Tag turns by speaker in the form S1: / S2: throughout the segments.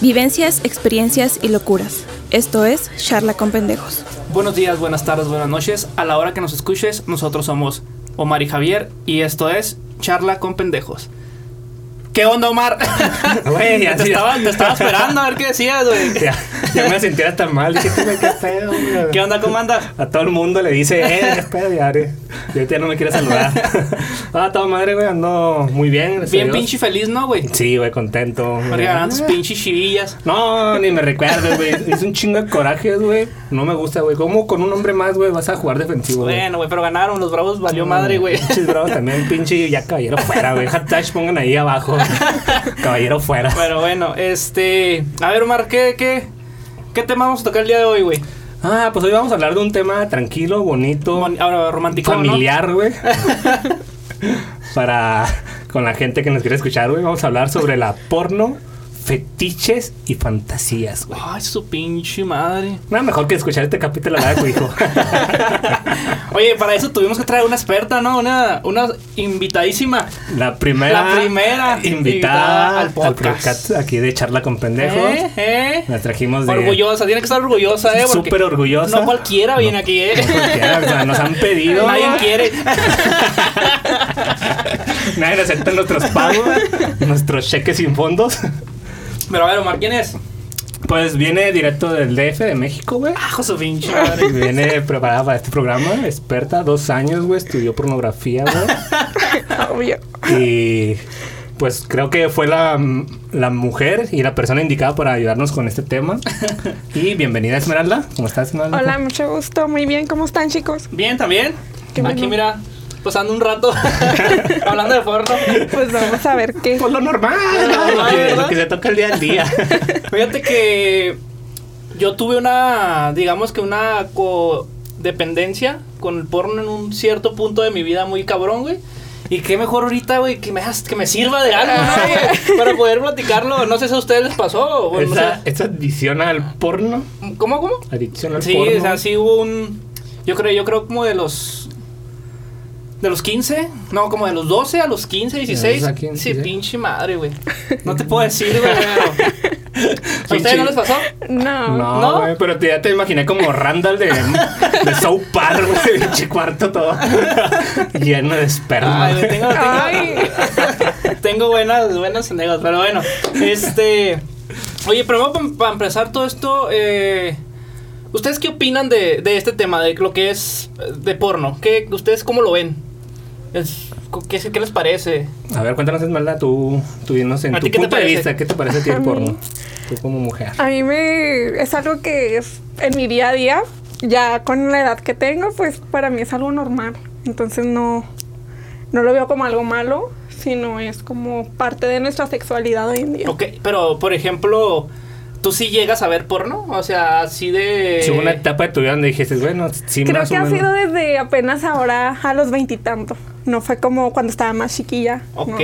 S1: Vivencias, experiencias y locuras. Esto es Charla con Pendejos.
S2: Buenos días, buenas tardes, buenas noches. A la hora que nos escuches, nosotros somos Omar y Javier y esto es Charla con Pendejos. ¿Qué onda, Omar?
S3: Güey,
S2: te,
S3: así-
S2: estaba, te estaba esperando a ver qué decías, güey.
S3: Ya, ya me sentía tan mal. Dije, "Tú, güey, qué pedo, güey".
S2: ¿Qué onda, cómo andas?
S3: A todo el mundo le dice, eh, qué pedo, ya, eh. Y ahorita ya no me quiere saludar. ah, toda madre, güey, ando muy bien. gracias
S2: Bien
S3: a Dios.
S2: pinche feliz, ¿no, güey?
S3: Sí, güey, contento.
S2: Porque ganan tus pinches chivillas.
S3: No, ni me recuerdes, güey. Es un chingo de corajes, güey. No me gusta, güey. ¿Cómo con un hombre más, güey, vas a jugar defensivo, güey?
S2: Bueno, güey, pero ganaron. Los bravos valió madre, güey.
S3: Pinches bravos también, pinche ya caballero fuera, güey. Hashtag pongan ahí abajo. caballero fuera.
S2: Pero bueno, este... A ver, Omar, ¿qué, qué, qué tema vamos a tocar el día de hoy, güey?
S3: Ah, pues hoy vamos a hablar de un tema tranquilo, bonito,
S2: Mon- Ahora, romántico, ¿no?
S3: familiar, güey. Para con la gente que nos quiere escuchar, güey, vamos a hablar sobre la porno, fetiches y fantasías, güey.
S2: Ay, su pinche madre.
S3: Nada mejor que escuchar este capítulo la verdad, hijo.
S2: Oye, para eso tuvimos que traer una experta, ¿no? Una, una invitadísima.
S3: La primera,
S2: La primera invitada
S3: invitada
S2: al
S3: al
S2: podcast.
S3: podcast aquí de charla con pendejos.
S2: ¿Eh? ¿Eh?
S3: La trajimos de
S2: Orgullosa, tiene que estar orgullosa, ¿eh? Porque
S3: Súper orgullosa.
S2: No cualquiera viene aquí, ¿eh?
S3: cualquiera, o sea, nos han pedido.
S2: Nadie
S3: güey.
S2: quiere.
S3: Nadie acepta nuestros pagos, nuestros cheques sin fondos.
S2: Pero a ver, Omar, ¿quién es?
S3: Pues viene directo del DF de México, güey.
S2: Ajo su pinche
S3: Y
S2: madre.
S3: Viene preparada para este programa, experta, dos años, güey, estudió pornografía, güey.
S1: Obvio.
S3: Y pues creo que fue la, la mujer y la persona indicada para ayudarnos con este tema. Y bienvenida, Esmeralda. ¿Cómo estás, Esmeralda?
S4: Hola, mucho gusto. Muy bien, ¿cómo están, chicos?
S2: Bien, también.
S4: Qué
S2: Aquí,
S4: bueno.
S2: mira, pasando un rato hablando de porno.
S4: Pues vamos a ver qué.
S3: Pues lo normal,
S2: Lo
S3: lo,
S2: que-
S3: que,
S2: lo que
S3: se toca el día al día.
S2: Fíjate que yo tuve una, digamos que una codependencia con el porno en un cierto punto de mi vida muy cabrón, güey. Y qué mejor ahorita, güey, que me, hagas- que me sirva de algo, ¿no, güey? Para poder platicarlo. No sé si a ustedes les pasó. o no
S3: esa, esa adicción al porno,
S2: sé. ¿Cómo, cómo?
S3: adicción al
S2: Sí,
S3: porno.
S2: o sea, sí hubo un... Yo creo, yo creo como de los... De los 15, no, como de los 12 a los 15, 16.
S3: a 15,
S2: sí,
S3: sí.
S2: pinche madre, güey. No te puedo decir, güey. pero- ¿A ustedes no les pasó?
S4: No.
S3: No,
S2: ¿No?
S3: güey, pero te- ya te imaginé como Randall de, de South Park, güey, pinche cuarto todo lleno de esperma.
S2: Ay, güey,
S3: güey.
S2: tengo,
S4: Ay.
S2: tengo, tengo buenas, buenas anécdotas, pero bueno, este... Oye, pero para empezar todo esto, eh, ¿ustedes qué opinan de, de este tema, de lo que es eh, de porno? ¿Qué, ¿Ustedes cómo lo ven? Es- ¿Qué, qué les parece?
S3: A ver, cuéntanos, Esmeralda, tú, tú dinos en
S2: ¿A
S3: tu
S2: ti qué te
S3: punto de
S2: parece?
S3: vista, ¿qué te parece a ti el porno? Tú como mujer.
S4: A mí me es algo que es en mi día a día, ya con la edad que tengo, pues para mí es algo normal. Entonces no no lo veo como algo malo, sino es como parte de nuestra sexualidad hoy en día.
S2: Ok, pero por ejemplo, ¿tú sí llegas a ver porno? O sea, así de...
S3: Si hubo una etapa de tu vida donde dijiste, bueno, sí,
S4: Creo
S3: más
S4: que
S3: o
S4: ha
S3: menos.
S4: sido desde apenas ahora a los veintitantos. No fue como cuando estaba más chiquilla. ¿no?
S2: Ok.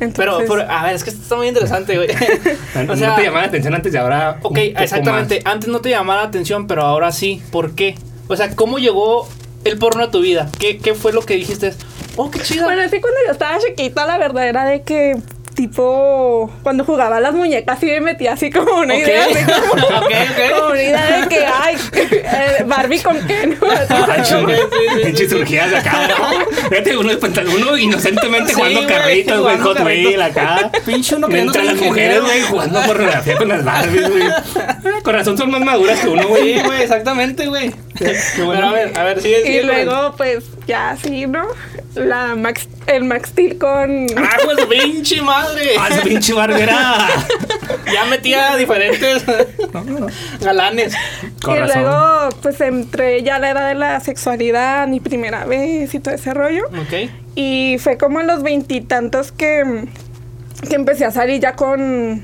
S4: Entonces,
S2: Pero, pero, a ver, es que esto está muy interesante, güey.
S3: Ah, No te llamaba la atención antes de ahora. un
S2: Ok,
S3: poco
S2: exactamente. Antes no te llamaba la atención, pero ahora sí. ¿Por qué? O sea, ¿cómo llegó el porno a tu vida? ¿Qué, qué fue lo que dijiste? Oh, qué chido.
S4: Bueno, sí, cuando yo estaba chiquita, la verdad era de que, tipo, cuando jugaba a las muñecas, sí me metía así como una
S2: Ok.
S4: idea. Así como,
S2: Ok, ok.
S4: como una idea de que, ay, eh, Barbie con Ken.
S3: más. Ah,
S2: Sí,
S3: chingón.
S2: sí, sí,
S3: Pinches
S2: sí.
S3: surgidas de acá, ¿no? Fíjate, uno de pantalón, uno inocentemente
S2: Sí,
S3: jugando
S2: güey,
S3: carritos, güey,
S2: jugando
S3: Hot Wheel
S2: carritos.
S3: acá.
S2: Pinche uno creyendo
S3: Mientras
S2: que
S3: las
S2: era ingeniero.
S3: mujeres, güey, jugando pornografía con las Barbies, güey. Con razón son más maduras que uno, güey.
S2: Sí, güey, exactamente, güey. Pero a ver, a ver, sigue,
S4: Y
S2: sigue con el-
S4: luego, pues, ya así, ¿no? La Max, el Max Steel con...
S2: ¡Ah, pues pinche madre!
S3: ¡Ah, esa pinche barbera!
S2: Ya metía diferentes galanes.
S3: Con
S4: y
S3: razón.
S4: luego, pues, entre ya la edad de la sexualidad, mi primera vez y todo ese rollo.
S2: Ok.
S4: Y fue como a los veintitantos que, que empecé a salir ya con,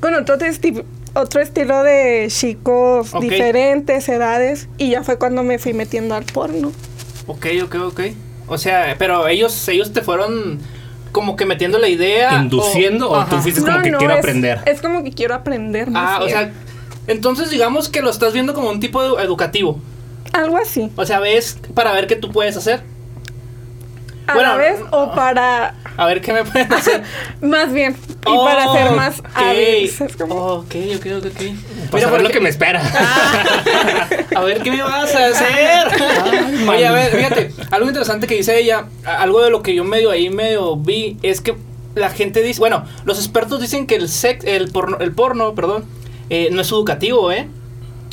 S4: con otro, testi- otro estilo de chicos
S2: Ok.
S4: diferentes, edades. Y ya fue cuando me fui metiendo al porno.
S2: Ok, ok, ok. O sea, pero ellos, ellos te fueron como que metiendo la idea.
S3: ¿Induciendo o tú
S2: Ajá.
S3: fuiste? Es como que quiero
S4: es,
S3: aprender.
S4: Es como que quiero aprender más.
S2: Ah, o
S4: bien.
S2: sea, entonces digamos que lo estás viendo como un tipo edu- educativo.
S4: Algo así.
S2: O sea, ves para ver qué tú puedes hacer.
S4: a
S2: Bueno,
S4: la
S2: ah.
S4: vez o para.
S2: A ver qué me pueden hacer.
S4: más bien. Y para ser más
S2: Oh, Ok.
S4: hábiles. Es como-
S2: Ok, ok, ok, ok.
S3: Pues a ver
S2: por
S3: lo
S2: ej-
S3: que me espera.
S2: A ver qué me vas a hacer. Oye, a ver, fíjate, algo interesante que dice ella, a- algo de lo que yo medio ahí medio vi, es que la gente dice, bueno, los expertos dicen que el sex, el porno, el porno, perdón, eh, no es educativo, ¿eh?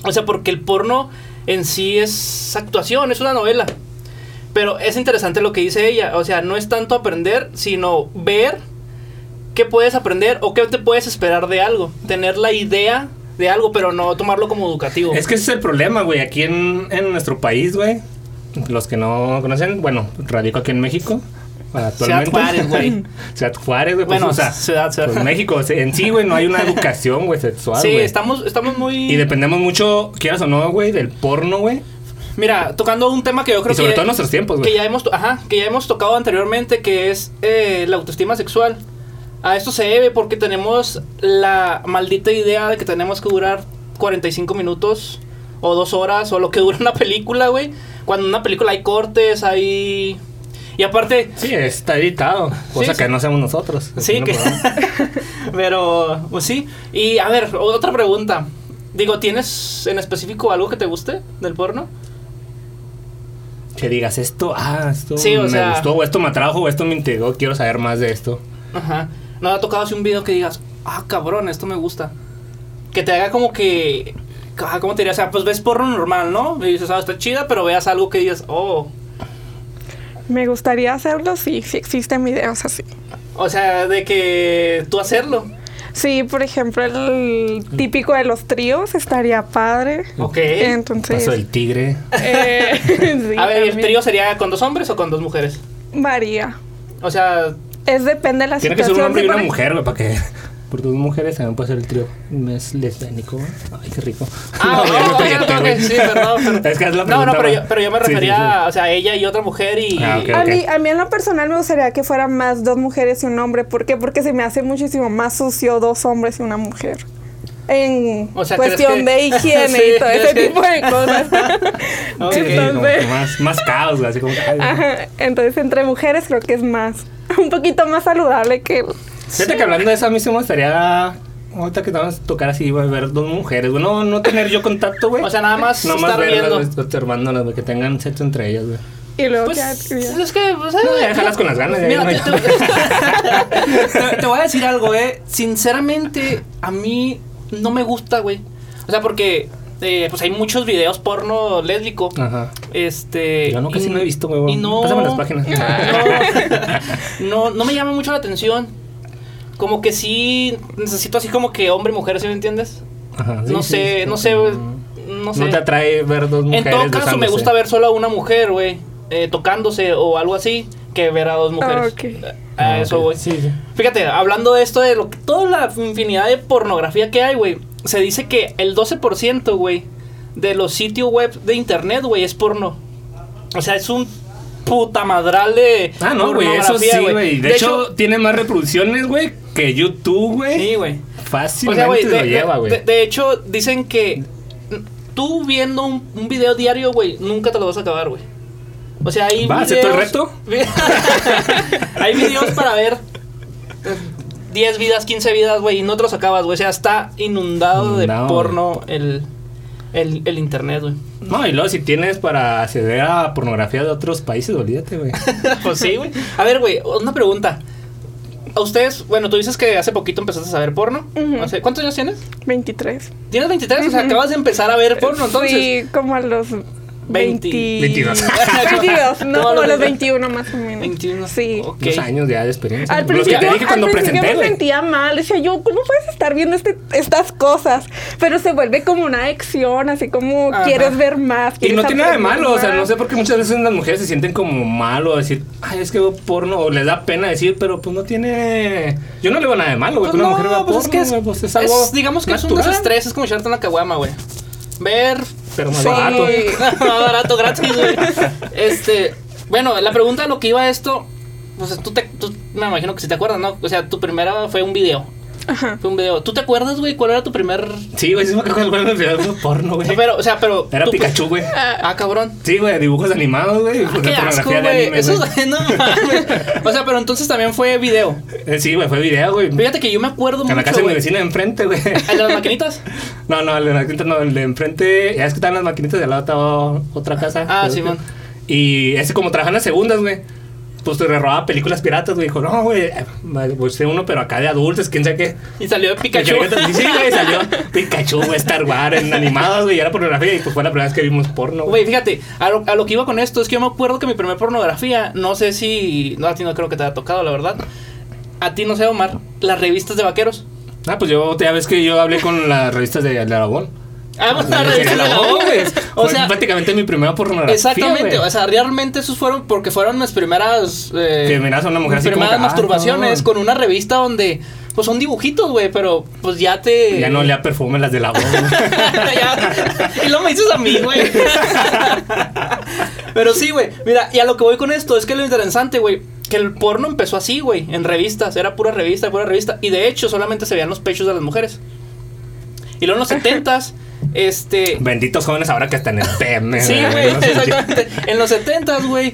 S2: O sea, porque el porno en sí es actuación, es una novela. Pero es interesante lo que dice ella, o sea, no es tanto aprender, sino ver qué puedes aprender o qué te puedes esperar de algo, tener la idea de algo, pero no tomarlo como educativo.
S3: Es que ese es el problema, güey. Aquí en, en nuestro país, güey. Los que no conocen, bueno, radico aquí en México. Actualmente.
S2: Juárez, güey.
S3: Ciudad Juárez, güey.
S2: Bueno,
S3: pues, o sea,
S2: ciudad, ciudad.
S3: pues, México se- en sí, güey, no hay una educación, güey, sexual,
S2: Sí,
S3: güey.
S2: estamos, estamos muy.
S3: Y dependemos mucho, quieras o no, güey, del porno, güey.
S2: Mira, tocando un tema que yo creo
S3: Y sobre
S2: que.
S3: todo en nuestros tiempos,
S2: que
S3: güey.
S2: ya hemos to- ajá, que ya hemos tocado anteriormente, que es eh, la autoestima sexual. A esto se debe porque tenemos la maldita idea de que tenemos que durar 45 minutos o dos horas o lo que dura una película, güey. Cuando en una película hay cortes, hay. Y aparte,
S3: Sí, está editado. Cosa
S2: Sí,
S3: que
S2: sí.
S3: no hacemos nosotros.
S2: Sí,
S3: Pues No
S2: que.
S3: podemos.
S2: Pero, pues sí. Y a ver, otra pregunta. Digo, ¿tienes en específico algo que te guste del porno?
S3: Que digas esto, ah, esto
S2: Sí, o
S3: me
S2: sea-
S3: gustó, o esto me atrajo, o esto me intrigó, quiero saber más de esto.
S2: Ajá. ¿No te ha tocado así un video que digas, ah, cabrón, esto me gusta? Que te haga como que. ah, ¿Cómo te diría? O sea, pues ves porno normal, ¿no? Y dices, ah, está chida, pero veas algo que digas, oh.
S4: Me gustaría hacerlo si, si existen videos así.
S2: O sea, de que tú hacerlo.
S4: Sí, por ejemplo, el
S2: Mm.
S4: típico de los tríos estaría padre.
S2: Ok.
S4: Entonces.
S3: Paso del tigre.
S4: eh, sí,
S2: a ver, ¿y ¿el
S4: también.
S2: trío sería con dos hombres o con dos mujeres?
S4: Varía.
S2: O sea,
S4: Es depende de la
S3: Tiene que ser
S4: situación.
S3: un hombre y
S4: sí,
S3: una
S4: por ej-
S3: mujer, güey, para que. Por dos mujeres también puede ser el trío. Es lesbiánico, güey. Ay, qué rico.
S2: Ah,
S3: No,
S2: ok,
S3: ya me
S2: ok,
S3: proyecté,
S2: ok,
S3: güey.
S2: sí, perdón. pero-
S3: Es que es la
S2: No,
S3: pregunta,
S2: no, pero
S3: güey.
S2: yo, pero yo me
S3: Sí, sí,
S2: refería,
S3: sí.
S2: o sea, ella y otra mujer y...
S3: Ah, ok.
S4: A mí, a mí en lo personal me gustaría que fueran más dos mujeres y un hombre. ¿Por qué? Porque se me hace muchísimo más sucio dos hombres y una mujer. En
S2: O sea, ¿crees
S4: cuestión
S2: que-
S4: de higiene
S2: Sí,
S4: y todo
S2: ¿crees
S4: ese
S2: que-
S4: tipo de cosas.
S2: Ok.
S3: Sí, como que
S4: Entonces-
S3: más, más caos, güey, así como que, ay, güey.
S4: Ajá, Entonces, entre mujeres creo que es más, un poquito más saludable que...
S3: Fíjate que hablando de eso, a mí sí me gustaría. Ahorita que vamos a tocar así, güey, ver dos mujeres, güey. No, no tener yo contacto, güey.
S2: O sea, nada más
S3: Nomás
S2: estar
S3: verlas,
S2: viendo.
S3: güey, observándolas, güey, que tengan sexo entre ellas, güey.
S4: Y luego
S2: Pues,
S4: ya- ya-
S2: es que, pues, eh,
S3: ya déjalas con las ganas, ya
S2: Mira,
S3: no hay-
S2: te, te- te- te voy a decir algo, eh. Sinceramente, a mí no me gusta, güey. O sea, porque, eh, pues, hay muchos videos porno lésbico.
S3: Ajá.
S2: Este.
S3: Ah. Yo no, casi
S2: y-
S3: no he visto, güey.
S2: Y no. ah,
S3: Pásame las páginas.
S2: No, no me llama mucho la atención. Como que sí necesito así como que hombre y mujer, ¿sí me entiendes?
S3: Ajá, Ah, sí,
S2: no
S3: sí,
S2: sé,
S3: sí,
S2: no
S3: sí.
S2: sé, güey,
S3: No
S2: no sé.
S3: te atrae ver dos mujeres.
S2: En todo caso, me
S3: besándose?
S2: gusta ver solo a una mujer, güey, eh, tocándose o algo así, que ver a dos mujeres.
S4: ok.
S2: Eh,
S3: Ah,
S2: a eso,
S3: ok.
S2: güey.
S3: Sí, sí.
S2: Fíjate, hablando de esto, de lo que- toda la infinidad de pornografía que hay, güey, se dice que el 12%, güey, de los sitios web de internet, güey, es porno. O sea, es un puta madral de.
S3: Ah, no, güey, eso sí,
S2: pornografía,
S3: güey. De, hecho, tiene más reproducciones, güey, que YouTube, güey.
S2: sí, güey. O
S3: Fácilmente
S2: sea, güey, de,
S3: lo lleva,
S2: de-
S3: güey.
S2: de- de hecho, dicen que tú viendo un, un video diario, güey, nunca te lo vas a acabar, güey. O sea, hay
S3: Va,
S2: videos...
S3: ¿acepto el reto?
S2: hay videos para ver eh, 10 vidas, 15 vidas, güey, y no te los acabas, güey. O sea, está inundado de
S3: Inundado,
S2: porno el, el, el internet, güey.
S3: No, y luego si tienes para acceder a pornografía de otros países, olvídate, güey.
S2: pues sí, güey. A ver, güey, una pregunta. A ustedes, bueno, tú dices que hace poquito empezaste a saber porno.
S4: Ujú.
S2: O sea, ¿Cuántos años tienes?
S4: 23.
S2: ¿Tienes 23? O sea, acabas de empezar a ver Este porno, entonces.
S4: Sí, como a los 20...
S3: 22.
S4: 22, no,
S2: No,
S4: como a los
S2: los
S4: 21 más o menos.
S2: 21.
S4: Sí.
S2: Ok.
S3: Dos años ya de experiencia.
S4: Al
S3: Los que
S4: principio,
S3: te dije cuando
S4: al principio
S3: presenté,
S4: me
S3: güey.
S4: sentía mal, decía yo, ¿cómo puedes estar viendo este- estas cosas? Pero se vuelve como una adicción, así como
S2: Ajá.
S4: quieres ver más.
S3: Y
S4: quieres
S3: no tiene nada de
S4: aprender
S3: malo, o sea,
S4: más.
S3: no sé por qué muchas veces las mujeres se sienten como malo a decir, ay, es que veo porno, o les da pena decir, pero pues no tiene. Yo no le veo nada de malo,
S2: Pues
S3: güey, que una
S2: no,
S3: mujer vea
S2: pues es
S3: porno,
S2: que es,
S3: güey, pues es algo.
S2: es- digamos que es
S3: natural,
S2: un desestrés, es como echarte una caguama, güey. Ver
S3: Pero más
S4: Sí.
S3: barato.
S2: más barato, gratis, güey. Este, bueno, la pregunta a lo que iba esto, pues tú te, tú, me imagino que si te acuerdas, ¿no? O sea, tu primera fue un video.
S4: Ajá.
S2: Fue un video. ¿Tú te acuerdas, güey, cuál era tu primer.
S3: Sí, güey, sí me acuerdo cuál era el video de porno, güey.
S2: Pero, o sea, pero.
S3: Era
S2: tú-
S3: Pikachu, güey.
S2: Ah, cabrón.
S3: Sí, güey, dibujos animados, güey.
S2: Ah, qué
S3: una
S2: asco,
S3: pornografía de
S2: güey.
S3: anime,
S2: Eso
S3: güey.
S2: no mames. O sea, pero entonces también fue video.
S3: Eh, Sí, güey, fue video, güey. En
S2: Fíjate que yo me acuerdo mucho.
S3: la casa de mi
S2: güey.
S3: vecina de enfrente, güey.
S2: ¿El de las maquinitas?
S3: No, no, el de enfrente no, el de enfrente. Ya es que estaban las maquinitas de al lado estaba otra casa.
S2: Ah,
S3: Pero-
S2: Simón.
S3: Y ese como trabajan las segundas, güey. Pues te robaba películas piratas, güey. Dijo, no, güey, eh, me puse uno, pero acá de adultos, quién sabe qué.
S2: Y salió de
S3: Pikachu.
S2: Pikachu.
S3: Sí, güey, salió Pikachu, güey, Star Wars, en animados, güey, y era pornografía. Y pues fue la primera vez que vimos porno, güey.
S2: Güey, fíjate, a lo, a lo que iba con esto es que yo me acuerdo que mi primer pornografía, no sé si. No, a ti no creo que te haya tocado, la verdad. A ti no sé, Omar, las revistas de vaqueros.
S3: Ah, pues yo, ya ves que yo hablé con las revistas de, de Aragón.
S2: Ah, bueno, las
S3: De
S2: revistas de
S3: Aragón,
S2: Aragón,
S3: güey.
S2: O
S3: Fue
S2: sea,
S3: prácticamente mi primera pornografía.
S2: exactamente.
S3: güey.
S2: O sea, realmente esos fueron porque fueron mis primeras. eh,
S3: Que miras a una mujer
S2: mis
S3: así como
S2: primeras
S3: que, ah,
S2: masturbaciones
S3: no.
S2: con una revista donde. Pues son dibujitos, güey, pero pues ya te.
S3: Ya no olía perfume las de la voz.
S2: Ya. y lo me dices a mí, güey. Pero sí, güey. Mira, y a lo que voy con esto es que lo interesante, güey, que el porno empezó así, güey, en revistas. Era pura revista, pura revista. Y de hecho, solamente se veían los pechos de las mujeres. Y luego en los setentas, este.
S3: Benditos jóvenes ahora que están en PM.
S2: Sí, güey,
S3: No sé,
S2: exactamente. En los 70 güey,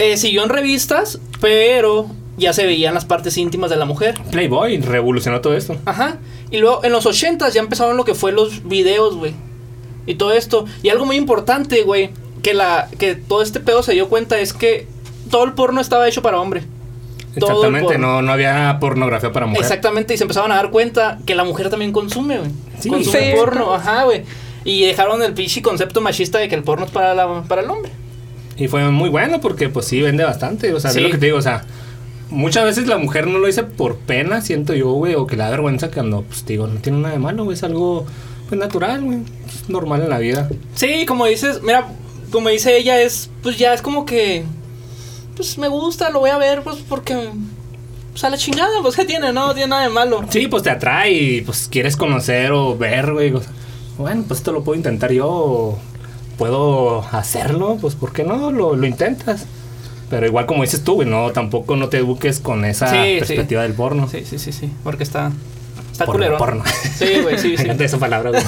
S2: eh, siguió en revistas, pero ya se veían las partes íntimas de la mujer.
S3: Playboy revolucionó todo esto.
S2: Ajá. Y luego en los 80 ya empezaron lo que fue los videos, güey. Y todo esto. Y algo muy importante, güey, que, la, que todo este pedo se dio cuenta es que todo el porno estaba hecho para hombre. Todo el
S3: Exactamente,
S2: porno.
S3: no, no había pornografía para mujer.
S2: Exactamente, y se empezaron a dar cuenta que la mujer también consume, güey.
S3: Sí,
S2: consume
S4: sí.
S2: porno, ajá, güey. Y dejaron el pinche concepto machista de que el porno es para, la- para el hombre.
S3: Y fue muy bueno porque pues sí vende bastante, o sea,
S2: Sí.
S3: es lo que te digo, o sea, muchas veces la mujer no lo dice por pena, siento yo, güey, o que le da vergüenza que no, pues te digo, no tiene nada de malo, güey, es algo pues natural, güey, es normal en la vida.
S2: Sí, como dices, mira, como dice ella, es, pues ya es como que, pues me gusta, lo voy a ver, pues porque, pues a la chingada, pues que tiene, no, tiene nada de malo.
S3: Sí, pues te atrae y pues quieres conocer o ver, güey, o sea, bueno, pues esto lo puedo intentar yo, o puedo hacerlo, pues ¿por qué no? Lo, lo intentas. Pero igual como dices tú, güey, no, tampoco no te eduques con esa
S2: Sí, sí.
S3: perspectiva del porno.
S2: Sí, sí, sí, sí, porque está, está
S3: Porno,
S2: culero.
S3: porno.
S2: Sí, güey, sí,
S3: Me
S2: sí.
S3: encanta esa palabra, güey.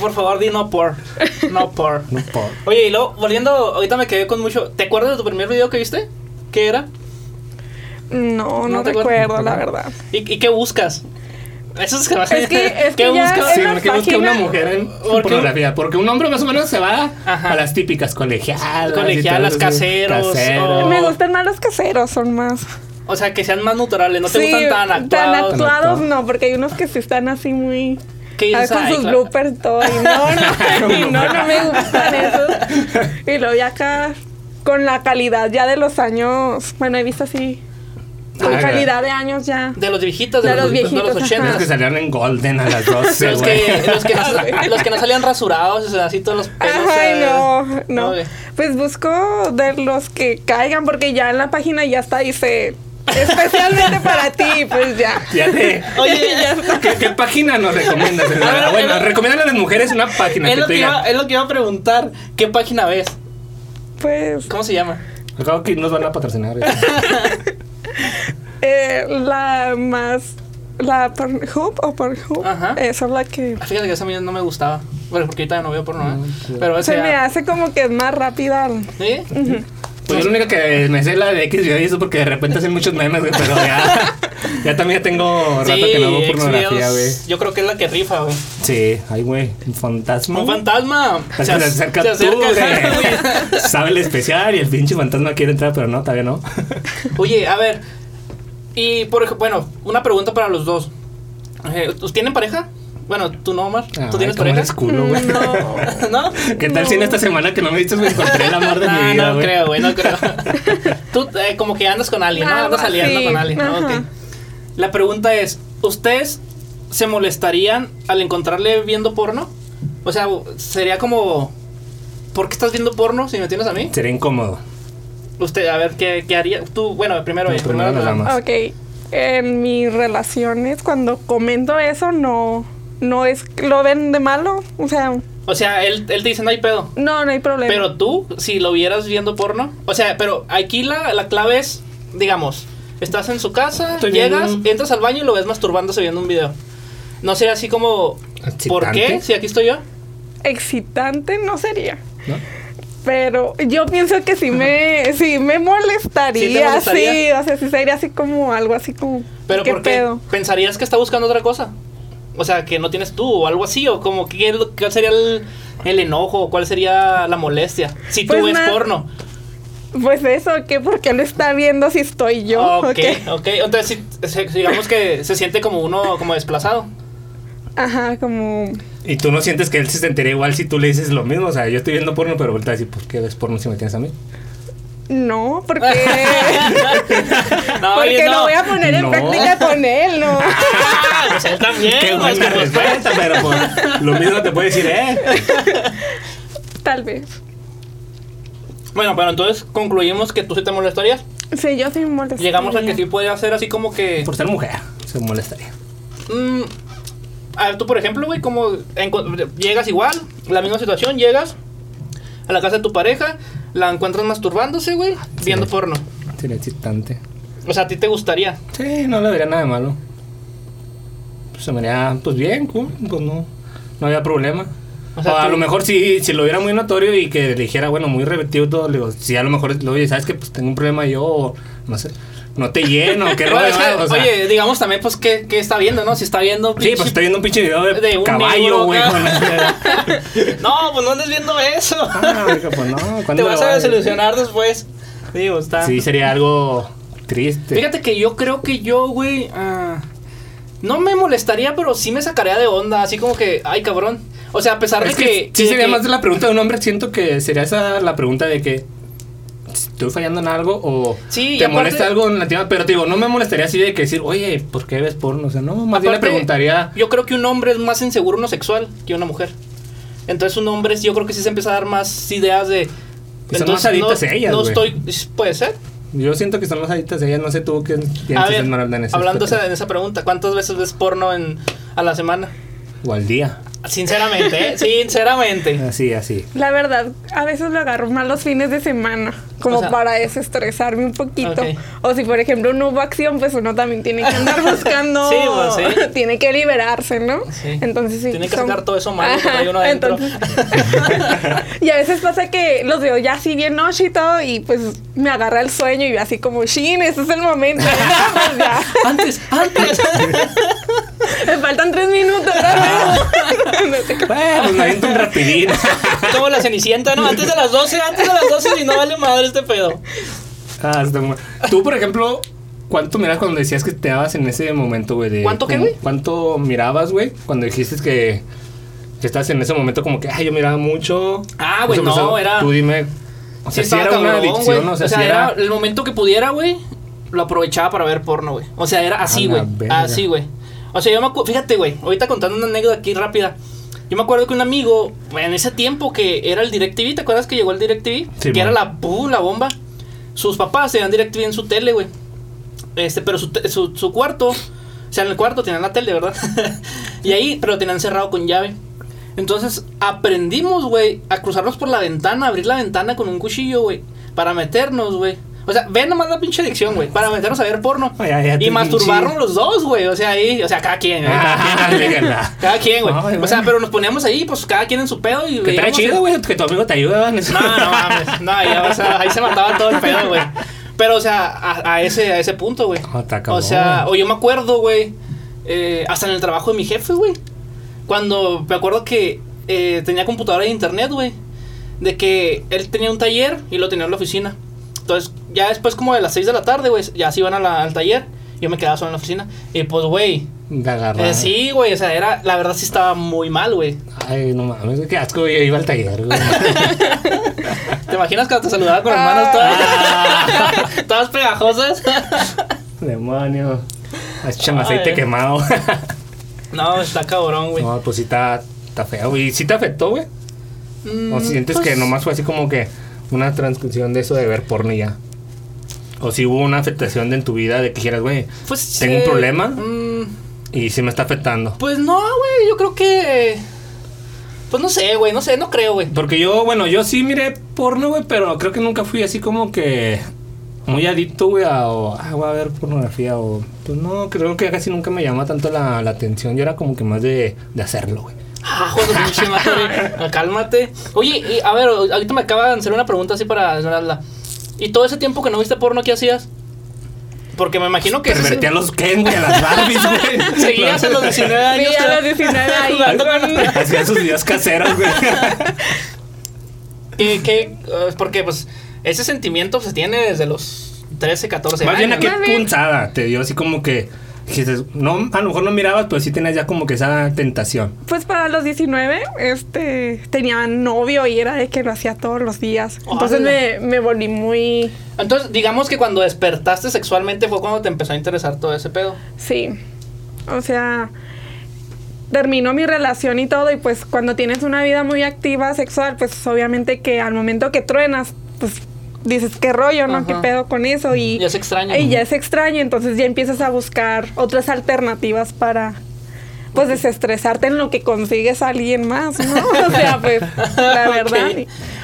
S2: Por favor, di no por, no por.
S3: No, por-
S2: Oye, y luego, volviendo, ahorita me quedé con mucho, ¿te acuerdas de tu primer video que viste? ¿Qué era?
S4: No, no,
S2: No te
S4: recuerdo,
S2: acuerdas.
S4: la verdad.
S2: ¿Y, y qué buscas? Eso es que me hace-
S4: Es que- es
S2: ¿Qué
S4: que ya-
S2: buscas?
S3: Sí,
S4: en
S3: porque
S4: la
S3: busca una
S4: página-
S3: mujer en
S2: ¿Por qué?
S3: pornografía. Porque un hombre más o menos se va
S2: Ajá.
S3: a las típicas colegialas. y
S2: Colegialas,
S3: todo eso,
S2: caseros,
S3: caseros.
S2: Oh.
S4: Me gustan más los caseros, son más.
S2: O sea, que sean más naturales, no te
S4: Sí,
S2: gustan tan actuados.
S4: actuados,
S3: actuados.
S4: no, porque hay unos que sí están así muy.
S2: Qué
S4: ah, con
S2: inside,
S4: sus
S2: claro.
S4: bloopers todo. Y no, no, y no, no me gustan esos. Y luego ya acá, con la calidad ya de los años. Bueno, he visto así. Con
S3: Ah,
S4: calidad de años ya.
S2: De los viejitos, de,
S4: De
S2: los,
S4: los
S2: viejitos, de los
S4: viejitos,
S3: Los que
S2: ochentas.
S3: salieron en Golden a las 12,
S2: Los
S3: güey.
S2: que, los, que no, los que no salían rasurados, o sea, así todos los pelos.
S4: Ay,
S2: eh,
S4: no, no.
S2: güey.
S4: Pues busco de los que caigan, porque ya en la página ya está, dice, especialmente para ti, pues ya.
S3: Ya te-
S2: Oye,
S4: ya está.
S3: ¿Qué, qué página nos recomiendas? Ah,
S2: ver,
S3: bueno,
S2: a ver.
S3: recomiendan a las mujeres una página
S2: Es
S3: que
S2: lo
S3: te
S2: que, iba,
S3: diga.
S2: es lo que iba a preguntar. ¿Qué página ves?
S4: Pues
S2: ¿Cómo se llama?
S3: Acabo que nos van a patrocinar. eh.
S4: eh, la más, la Pornhub o Pornhub,
S2: Ajá.
S4: esa es la que
S2: Ah, Fíjate que esa a mí no me gustaba. Bueno, porque ahorita no veo porno. ¿eh? Pero esa.
S4: se me
S2: ya-
S4: hace como que es más rápida.
S2: ¿Sí?
S3: Pues yo lo único que me sé la de X y eso porque de repente hacen muchos memes, güey. Pero ya, ya también ya tengo rato
S2: Sí,
S3: que no hago
S2: Xvideos,
S3: pornografía, güey.
S2: Yo creo que es la que rifa, güey.
S3: Sí, ay, güey. Un fantasma.
S2: Un
S3: güey.
S2: fantasma.
S3: Se, se acerca, tú, güey. Sabe el especial y el pinche fantasma quiere entrar, pero no, todavía no.
S2: Oye, a ver. Y por ejemplo, bueno, una pregunta para los dos. Eh, ¿Tienen pareja? Bueno, tú no, Omar. ¿Tú
S3: Ay,
S2: tienes
S3: cómo
S2: pareja?
S3: eres culo, güey.
S4: Mm,
S2: ¿No?
S3: ¿Qué tal si en esta semana que no me diste me encontré el amor de
S2: no,
S3: mi vida,
S2: no
S3: güey?
S2: creo, güey, no creo. Tú eh, como que andas con alguien, ¿no?
S4: Algo
S2: Andas saliendo
S4: así,
S2: con alguien, ¿no?
S4: ajá.
S2: Ok. La pregunta es, ¿ustedes se molestarían al encontrarle viendo porno? O sea, sería como... ¿Por qué estás viendo porno si me tienes a mí?
S3: Sería incómodo.
S2: Usted, a ver, ¿qué, qué haría? Tú, bueno, primero...
S3: No,
S2: ella,
S3: primero
S2: primero
S3: las damas.
S4: Ok, en mis relaciones cuando comento eso no, no es, lo ven de malo, o sea,
S2: O sea, él, él te dice, no hay pedo.
S4: no, no hay problema.
S2: Pero tú, si lo vieras viendo porno, o sea, pero aquí la, la clave es, digamos, Estás en su casa,
S3: Estoy
S2: llegas,
S3: viendo-
S2: entras al baño y lo ves masturbándose viendo un video. No sería así como, ¿por
S3: Excitante.
S2: qué? Si aquí estoy yo.
S4: Excitante no sería.
S3: ¿no?
S4: Pero yo pienso que sí me, sí me
S2: Sí te
S4: molestaría, sí,
S2: molestaría.
S4: o sea, sí sería así como algo así como,
S2: Pero
S4: ¿qué
S2: ¿por qué?
S4: pedo?
S2: ¿Pensarías que está buscando otra cosa? O sea, que no tienes tú o algo así, o como, ¿qué, es lo- ¿cuál sería el, el enojo? ¿Cuál sería la molestia? Si tú
S4: Pues
S2: ves
S4: na-
S2: porno.
S4: Pues eso, que ¿Por qué lo está viendo si estoy yo?
S2: ok,
S4: ¿O qué?
S2: ok. Entonces, si- se- digamos que se siente como uno como desplazado.
S4: Ajá, como,
S3: Y tú no sientes que él se sentiría igual si tú le dices lo mismo. O sea, yo estoy viendo porno, pero vuelta a decir, ¿por qué ves porno si me tienes a mí?
S4: no, porque,
S2: No,
S4: porque
S2: oye,
S4: lo voy a poner en
S3: No.
S4: práctica con él, ¿no?
S2: Ah, pues él también.
S3: Qué
S2: pues,
S3: buena
S2: como-
S3: respuesta, pero pues, lo mismo te puede decir, ¿eh?
S4: Tal vez.
S2: Bueno, pero entonces concluimos que tú sí te molestarías.
S4: Sí, yo sí me molestaría.
S2: Llegamos a que sí podría ser así como que.
S3: Por ser mujer, se molestaría.
S2: mm, a ver, tú, por ejemplo, güey, como enco- llegas igual, la misma situación, llegas a la casa de tu pareja, la encuentras masturbándose, güey, viendo porno.
S3: Sería excitante.
S2: O sea, a ti te gustaría.
S3: Sí, no le vería nada de malo. Pues se me haría, pues bien, cool, pues no, no había problema.
S2: O sea,
S3: O a
S2: tú-
S3: lo mejor si, si lo hubiera muy notorio y que le dijera, bueno, muy repetido todo, le digo, si a lo mejor, oye, ¿sabes que Pues tengo un problema yo, o no sé, no te lleno, qué
S2: Pero,
S3: rollo,
S2: es que,
S3: o sea,
S2: oye, digamos también, pues, ¿qué, qué está viendo, no? Si está viendo.
S3: Sí, pues
S2: pinche-
S3: estoy viendo un pinche video de,
S2: de un
S3: caballo,
S2: negro
S3: güey.
S2: acá.
S3: con este-
S2: No, pues no andes viendo eso.
S3: Ah, verga, pues no,
S2: Te
S3: ¿cuándo
S2: vas
S3: lo
S2: a
S3: voy ver?
S2: desilusionar después. Digo, está.
S3: Sí, sería algo triste.
S2: Fíjate que yo creo que yo, güey, ah, no me molestaría, pero sí me sacaría de onda, así como que, ay, cabrón. O sea, a pesar
S3: Es
S2: de que...
S3: que sí
S2: de
S3: sería
S2: que-
S3: más la pregunta de un hombre, siento que sería esa la pregunta de que estoy fallando en algo o
S2: Sí, y
S3: te
S2: aparte-
S3: molesta algo en la tienda, pero te digo, no me molestaría así de que decir, oye, ¿por qué ves porno? O sea, no, más bien le
S2: aparte,
S3: preguntaría,
S2: Yo creo que un hombre es más inseguro en lo sexual que una mujer. Entonces un hombre yo creo que sí se empieza a dar más ideas de...
S3: Que son más adictas
S2: no,
S3: ellas,
S2: no
S3: güey.
S2: estoy... Puede ser.
S3: yo siento que son las adictas, ella no sé tú qué
S2: A
S3: piensas
S2: ver,
S3: Esmeralda, en ese
S2: hablando esa-
S3: aspecto.
S2: en esa pregunta, ¿cuántas veces ves porno en, a la semana?
S3: o al día.
S2: Sinceramente, ¿eh? Sinceramente.
S3: Así, así.
S4: La verdad, a veces lo agarro más los fines de semana, como
S2: O sea-
S4: para desestresarme un poquito.
S2: Ok.
S4: O si, por ejemplo, no hubo acción, pues uno también tiene que andar buscando.
S2: Sí, pues, sí.
S4: Tiene que liberarse, ¿no?
S2: Sí.
S4: Entonces sí.
S2: Tiene que
S4: son-
S2: sacar todo eso malo que
S4: Ajá,
S2: trae uno adentro.
S4: y a veces pasa que los veo ya así bien noche y todo, y pues me agarra el sueño y yo así como, shin, ese es el momento. ¿no? Pues ya.
S2: antes, antes.
S4: Me faltan tres minutos. ¿no? No sé qué.
S3: Bueno, pues me aviento un rapidín.
S2: Como la cenicienta, ¿no? Antes de las 12, antes de las 12, si no vale madre este pedo.
S3: Ah, está muy- Tú, por ejemplo, ¿cuánto mirabas cuando decías que te dabas en ese momento, güey? de-
S2: ¿Cuánto qué,
S3: como-
S2: güey?
S3: ¿Cuánto mirabas, güey? Cuando dijiste que, que estabas en ese momento como que, ay, yo miraba mucho.
S2: Ah, güey,
S3: Eso pasó.
S2: no, era-
S3: Tú dime. O sea, si
S2: estaba
S3: era una
S2: cabrón,
S3: adicción,
S2: güey.
S3: o sea, si era...
S2: el momento que pudiera, güey, lo aprovechaba para ver porno, güey. O sea, era así,
S3: A la
S2: güey.
S3: verga.
S2: Así, güey. O sea, yo me acuerdo, fíjate, güey, ahorita contando una anécdota aquí rápida. Yo me acuerdo que un amigo, güey, en ese tiempo que era el DirecTV, ¿te acuerdas que llegó el DirecTV?
S3: Sí,
S2: que era
S3: man.
S2: la, pu- la bomba. Sus papás tenían DirecTV en su tele, güey. Este, pero su, te- su, su cuarto, o sea, en el cuarto tenían la tele, ¿verdad? y ahí, pero tenían cerrado con llave. Entonces aprendimos, güey, a cruzarnos por la ventana, abrir la ventana con un cuchillo, güey, para meternos, güey. O sea, ve nomás la pinche adicción, güey, para meternos a ver porno.
S3: Ay, ay, ay,
S2: y
S3: tu
S2: masturbarnos
S3: pinche-
S2: los dos, güey. O sea, ahí, o sea, cada quien, güey.
S3: Ah,
S2: cada quien.
S3: déjala.
S2: Cada quien, güey.
S3: Ay,
S2: O sea,
S3: bueno.
S2: pero nos poníamos ahí, pues cada quien en su pedo y
S3: Que trae
S2: veíamos
S3: chido,
S2: el-
S3: güey, que tu amigo te ayuda en eso.
S2: no, no mames. No, ya, o sea, ahí se mataba todo el pedo, güey. Pero, o sea, a, a ese, a ese punto, güey.
S3: Ah, está
S2: o
S3: cabrón.
S2: sea, o yo me acuerdo, güey, eh, hasta en el trabajo de mi jefe, güey. Cuando me acuerdo que eh, tenía computadora de internet, güey. De que él tenía un taller y lo tenía en la oficina. Entonces, ya después, como de las 6 de la tarde, güey, ya se iban a la- al taller. Yo me quedaba solo en la oficina. Y pues, güey,
S3: De agarrar.
S2: eh, sí, güey, o sea, era, la verdad sí estaba muy mal, güey.
S3: Ay, no mames, qué asco, güey, iba al taller, güey.
S2: ¿Te imaginas cuando te saludaba con las manos todas, todas pegajosas?
S3: Demonio. Échame aceite
S2: Ay.
S3: quemado.
S2: no, está cabrón, güey.
S3: No, pues sí está, está feo, güey. ¿Sí te afectó, güey?
S2: Mm,
S3: ¿O si sientes
S2: pues,
S3: que nomás fue así como que una transcripción de eso de ver porno y ya? ¿O si hubo una afectación de en tu vida de que dijeras, güey,
S2: pues,
S3: tengo un
S2: eh,
S3: problema?
S2: mm,
S3: y sí me está afectando?
S2: pues no, güey, yo creo que... Pues no sé, güey, no sé, no creo, güey.
S3: Porque yo, bueno, yo sí miré porno, güey, pero creo que nunca fui así como que muy adicto, güey, a, o, ah, voy a ver pornografía o... Pues no, creo que casi nunca me llamaba tanto la, la atención. Yo era como que más de, de hacerlo, güey.
S2: Ah, joder, pinche madre. Ah, Cálmate. Oye, y, a ver, ahorita me acaban de hacer una pregunta así para desvelarla. ¿Y todo ese tiempo que no viste porno, qué hacías? Porque me imagino que.
S3: Pervertí a los Ken, güey, a las Barbies, güey.
S2: Seguías a los 19
S4: Sí,
S2: años.
S4: a
S2: ¿verdad?
S4: los 19 ahí.
S2: Jugando
S4: con-
S3: Hacía sus videos caseros, güey.
S2: ¿Qué, qué, eh, porque, pues, ese sentimiento se tiene desde los 13, 14
S3: Más
S2: años.
S3: bien a
S2: ¿no?
S3: qué
S4: Más bien.
S3: punzada te dio así como que... Dices, no, a lo mejor no mirabas, pero sí tenías ya como que esa tentación.
S4: Pues para los 19, este, tenía novio y era de que lo hacía todos los días. Entonces me, me volví muy,
S2: Entonces, digamos que cuando despertaste sexualmente fue cuando te empezó a interesar todo ese pedo.
S4: sí. O sea, terminó mi relación y todo y pues cuando tienes una vida muy activa sexual, pues obviamente que al momento que truenas, pues dices qué rollo, ¿no?
S2: Ajá.
S4: ¿Qué pedo con eso? Y
S2: Ya se extraña.
S4: Y ya es extraño, entonces ya empiezas a buscar otras alternativas para pues desestresarte en lo que consigues a alguien más, ¿no? O sea, pues la
S2: Ok.
S4: verdad.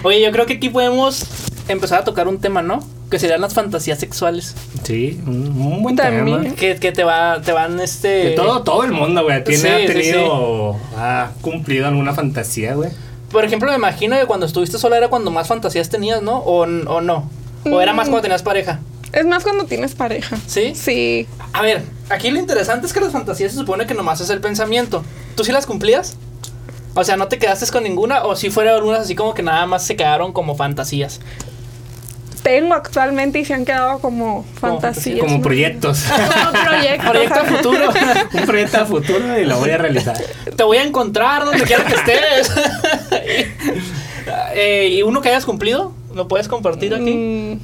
S2: Oye, yo creo que aquí podemos empezar a tocar un tema, ¿no? Que serían las fantasías sexuales.
S3: Sí, un, un buen
S4: También.
S3: tema.
S2: Que, que te, va, te van este.
S3: Que todo, todo el mundo, güey, tiene,
S2: Sí,
S3: ha
S2: sí,
S3: tenido, ha cumplido alguna fantasía, güey.
S2: Por ejemplo, me imagino que cuando estuviste sola era cuando más fantasías tenías, ¿no? O, n- o no. O era más
S4: Mm.
S2: cuando tenías pareja.
S4: Es más cuando tienes pareja.
S2: ¿Sí?
S4: Sí.
S2: A ver, aquí lo interesante es que las fantasías se supone que nomás es el pensamiento. ¿Tú sí las cumplías? O sea, ¿no te quedaste con ninguna? ¿O si fueron algunas así como que nada más se quedaron como fantasías?
S4: Tengo actualmente y se han quedado como fantasías.
S3: Como
S4: ¿no?
S3: proyectos.
S4: Como proyectos.
S2: Proyecto a
S4: ajá.
S2: futuro.
S3: un proyecto a futuro y lo voy a realizar.
S2: Te voy a encontrar donde quiera que estés. Eh, ¿Y uno que hayas cumplido? ¿Lo puedes compartir aquí?
S4: Mm,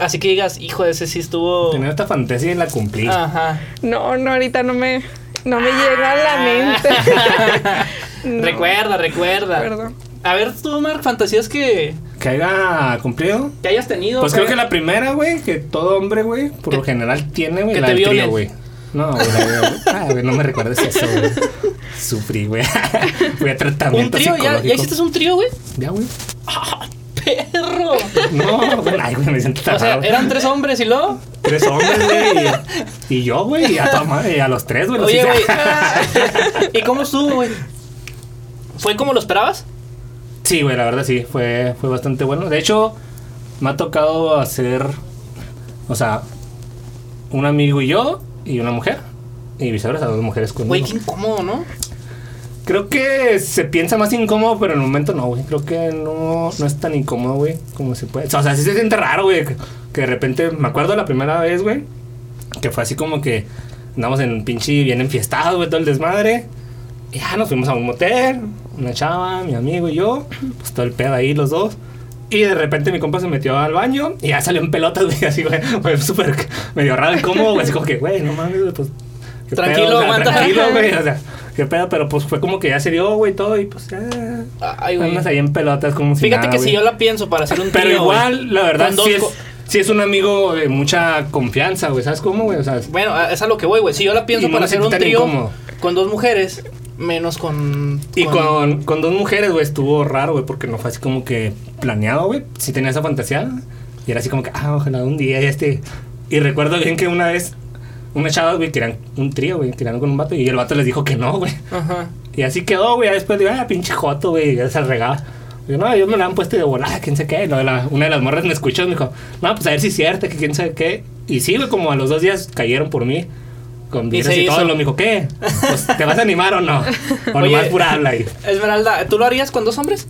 S2: Así que digas, hijo, ese sí estuvo...
S3: Tener esta fantasía y la cumplí.
S2: Ajá.
S4: No, no, ahorita no me, no
S2: Ah.
S4: me llega a la mente. No,
S2: Recuerda, recuerda.
S4: Perdón.
S2: A ver, tú, Mark, fantasías que,
S3: Que haya cumplido.
S2: que hayas tenido.
S3: Pues
S2: o sea,
S3: creo que la primera, güey, que todo hombre, güey, por lo
S2: Que-
S3: general tiene, güey,
S2: que
S3: la
S2: te
S3: del trío,
S2: violen.
S3: güey. No, güey, la de- ah, güey, no me recuerdes eso, güey. Sufrí, güey. Fui a
S2: Un
S3: tratamiento
S2: trío, ya,
S3: psicológico.
S2: ya hiciste un trío, güey.
S3: Ya, güey.
S2: Perro.
S3: No, güey, ay, güey, me siento
S2: O sea,
S3: tarado.
S2: eran tres hombres y luego.
S3: Tres hombres, güey. Y, y yo, güey, y a toda madre, y a los tres, güey. los
S2: Oye,
S3: hice-
S2: güey. ¿Y cómo estuvo, güey? ¿Fue como lo esperabas?
S3: Sí, güey, la verdad sí, fue, fue bastante bueno. De hecho, me ha tocado hacer, o sea, un amigo y yo, y una mujer, y viceversa, dos mujeres
S2: Güey,
S3: conmigo.
S2: qué incómodo, ¿no?
S3: Creo que se piensa más incómodo, pero en el momento no, güey. Creo que no, no es tan incómodo, güey, como se puede. O sea, sí se siente raro, güey, que, que de repente, me acuerdo la primera vez, güey, que fue así como que andamos en un pinche bien enfiestado, güey, todo el desmadre. Y ya nos fuimos a un motel, una chava, mi amigo y yo, pues todo el pedo ahí los dos. Y de repente mi compa se metió al baño y ya salió en pelotas, güey, así, güey, fue súper medio raro, incómodo, güey, así como que, güey, no mames, güey, pues. qué
S2: Tranquilo,
S3: o sea,
S2: aguanta.
S3: Tranquilo, güey, o sea, qué pedo, pero pues fue como que ya se dio, güey, todo y pues ya.
S2: Ay, güey.
S3: Andas ahí en pelotas como si
S2: Fíjate
S3: nada,
S2: que
S3: güey.
S2: si yo la pienso para hacer un
S3: Pero
S2: trío,
S3: igual,
S2: güey,
S3: la verdad,
S2: con dos
S3: sí es,
S2: co-
S3: sí es un amigo de mucha confianza, güey, ¿sabes cómo, güey? O sea,
S2: Bueno, a- es a lo que voy, güey. Si yo la pienso
S3: Y no
S2: para
S3: me
S2: hacer
S3: sentí
S2: un
S3: tan
S2: trío
S3: incómodo.
S2: con dos mujeres, menos con.
S3: Y con, con dos mujeres, güey, estuvo raro, güey, porque no fue así como que planeado, güey. Sí tenía esa fantasía. Y era así como que, ah, ojalá un día ya esté. Y recuerdo bien que una vez, una chava, güey, querían un trío, güey, querían con un vato. Y el vato les dijo que no, güey.
S2: Ajá.
S3: Y así quedó, güey. Ya Después digo, ah, pinche joto, güey, y ya se regaba. Yo, no, yo me la han puesto de volada, quién sabe qué. Y luego la- una de las morras me escuchó y me dijo, no, pues a ver si es cierto, que quién sabe qué. Y sí, güey, como a los dos días cayeron por mí. Con
S2: Y se
S3: vidrios y, todo,
S2: hizo.
S3: lo me dijo, ¿qué? Pues, ¿Te vas a animar o no? O
S2: Oye,
S3: nomás pura habla ahí.
S2: Esmeralda, ¿tú lo harías con dos hombres?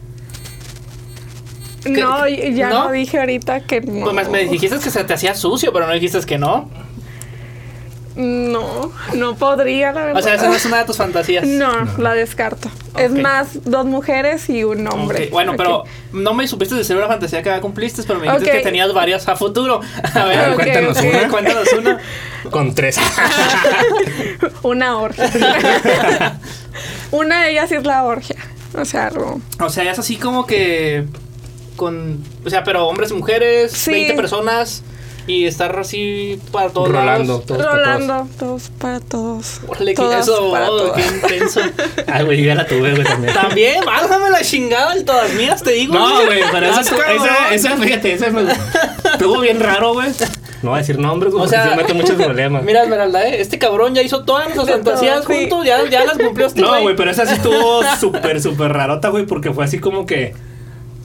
S4: No, ya
S2: ¿No?
S4: lo dije ahorita que no.
S2: Pues me, me dijiste que se te hacía sucio, pero no dijiste que no.
S4: No, no podría, la verdad.
S2: O sea, esa no es una de tus fantasías.
S4: No, la descarto. Es
S2: Ok.
S4: más, dos mujeres y un hombre.
S2: Ok, Bueno,
S4: Ok.
S2: pero no me supiste decir una fantasía que ya cumpliste, pero me dijiste
S4: Ok.
S2: que tenías varias a futuro. A
S3: A ver,
S2: ver,
S4: Ok,
S3: cuéntanos
S4: ok.
S3: una.
S2: cuéntanos una.
S3: Con tres.
S4: Una orgia. una de ellas es la orgia. O sea, algo.
S2: O sea, es así como que con, o sea, pero hombres y mujeres,
S4: Sí.
S2: 20 personas y estar así para todos
S3: Rolando.
S2: lados.
S3: Todos para
S4: Rolando, todos para todos.
S2: Órale, que-
S4: Todas
S2: eso,
S4: para
S2: oh,
S4: todas.
S2: qué intenso.
S3: Ay, Ah, güey, ya la tuve, güey, también.
S2: También, bájame la chingada de todas mías, te digo.
S3: No, güey, pero esa,
S2: Ah, cabrón.
S3: esa, esa, fíjate, esa me estuvo bien raro, güey. No voy a decir nombres, güey,
S2: O
S3: porque
S2: sea-
S3: sí me mete muchos problemas.
S2: Mira, Esmeralda, ¿eh? este cabrón ya hizo todas nuestras
S4: De todo,
S2: fantasías
S4: sí.
S2: juntos, ya, ya las cumplió este
S3: No, güey, pero esa sí estuvo súper, súper rarota, güey, porque fue así como que.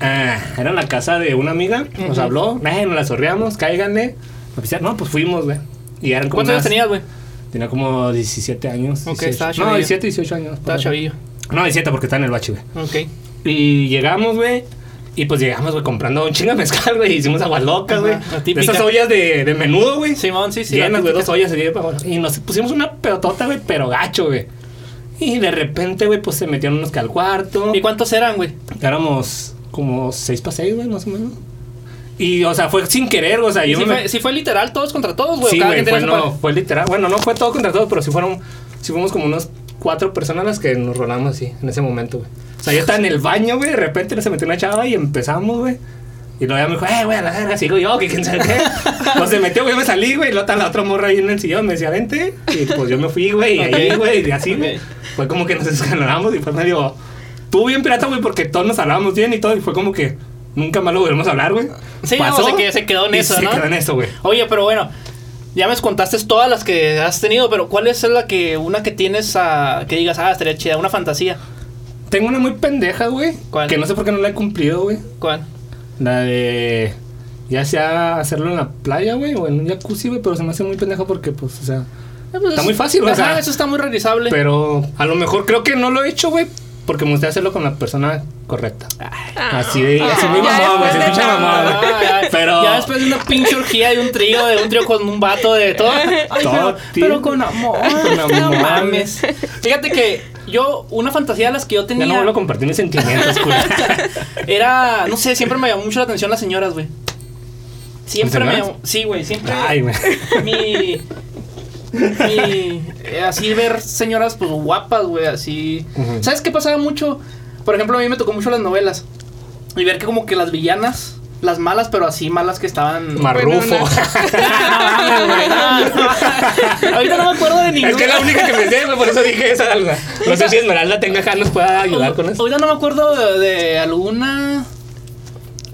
S3: Ah, era en la casa de una amiga, nos
S2: Ujú.
S3: habló, eh, nos la sorreamos, cáiganle. Nos decía, no, pues fuimos, güey. Y eran como
S2: ¿Cuántos años
S3: unas-
S2: tenías, güey?
S3: Tenía como 17 años.
S2: Ok,
S3: 18.
S2: estaba
S3: No,
S2: chavillo.
S3: 17, 18 años. por
S2: Estaba
S3: ahí.
S2: chavillo.
S3: No, 17 porque estaba en el bache, güey.
S2: Ok.
S3: Y llegamos, güey. Y pues llegamos, güey, comprando un chingo de mezcal, güey. Hicimos aguas locas,
S2: Ajá,
S3: güey.
S2: la
S3: De
S2: típica.
S3: esas ollas de, de menudo, güey.
S2: Simón, sí, sí. la
S3: Llenas, güey, dos
S2: típica.
S3: ollas. así de pa' abajo. Y nos pusimos una pelotota, güey, pero gacho, güey. Y de repente, güey, pues se metieron unos que al cuarto.
S2: ¿Y cuántos eran, güey?
S3: Éramos como seis para seis, güey, más o menos. Y, o sea, fue sin querer, o sea,
S2: Si
S3: yo me
S2: fue, sí fue literal todos contra todos, güey. o
S3: sí,
S2: cada
S3: güey,
S2: quien
S3: fue,
S2: tenía su
S3: no, fue literal. Bueno, no fue todo contra todo, pero sí fueron, sí fuimos como unas cuatro personas las que nos rolamos así en ese momento, güey. O sea, yo estaba en el baño, güey, de repente se metió una chava y empezamos, güey. Y luego ya me dijo, eh, güey, a la verga, sigo yo, que quién sabe qué. pues se metió, güey, me salí, güey, y luego estaba la otra morra ahí en el sillón, me decía, vente. Y pues yo me fui, güey, y ahí,
S2: Ok.
S3: güey, y así, güey.
S2: Ok.
S3: Fue como que nos escalonamos y fue medio. Tú bien pirata, güey, porque todos nos hablábamos bien y todo, y fue como que nunca más lo volvemos a hablar, güey.
S2: Sí, no, se que- se quedó en
S3: y
S2: eso,
S3: Se
S2: ¿no?
S3: quedó en eso, güey.
S2: Oye, pero bueno, ya me contaste todas las que has tenido, pero ¿cuál es la que una que tienes ah, que digas, ah, estaría chida, una fantasía?
S3: Tengo una muy pendeja, güey.
S2: ¿Cuál?
S3: Que no sé por qué no la he cumplido, güey.
S2: ¿Cuál?
S3: La de. Ya sea hacerlo en la playa, güey, o en un jacuzzi, güey, pero se me hace muy pendeja porque, pues, o sea. Está muy fácil, o
S2: Pues, Ajá,
S3: sea.
S2: eso está muy realizable.
S3: Pero a lo mejor creo que no lo he hecho, güey, porque me gustaría hacerlo con la persona correcta. así Ah, de. así muy
S4: Ah, ya
S3: mamón, güey,
S4: después
S3: se
S4: de
S3: escucha
S4: todo.
S3: mamón,
S2: Ah, ya,
S3: güey. Pero.
S2: ya después de una pinche orgía de un trío, de un trío con un vato, de todo. Ay,
S3: Todo,
S2: pero,
S3: tío.
S2: pero con amor.
S3: Con amor.
S2: No mames. Fíjate que yo, una fantasía de las que yo
S3: Ya
S2: tenía
S3: no vuelvo a compartir mis sentimientos, güey.
S2: era, no sé, siempre me llamó mucho la atención las señoras, güey. Siempre me
S3: señoras?
S2: llamó, sí, güey, siempre.
S3: Ay, güey.
S2: mi, mi- eh, así ver señoras pues guapas, güey, así.
S3: Ujú.
S2: ¿Sabes qué pasaba mucho? Por ejemplo, a mí me tocó mucho las novelas y ver que como que las villanas, las malas, pero así malas que estaban
S3: Marrufo.
S4: Bueno,
S2: Ah, güey, no, no. Ahorita no me acuerdo de ninguna.
S3: Es que es la única que me sé, güey, por eso dije esa. güey. No sé si Esmeralda tenga acá, nos pueda ayudar con eso.
S2: Ahorita no me acuerdo de, de alguna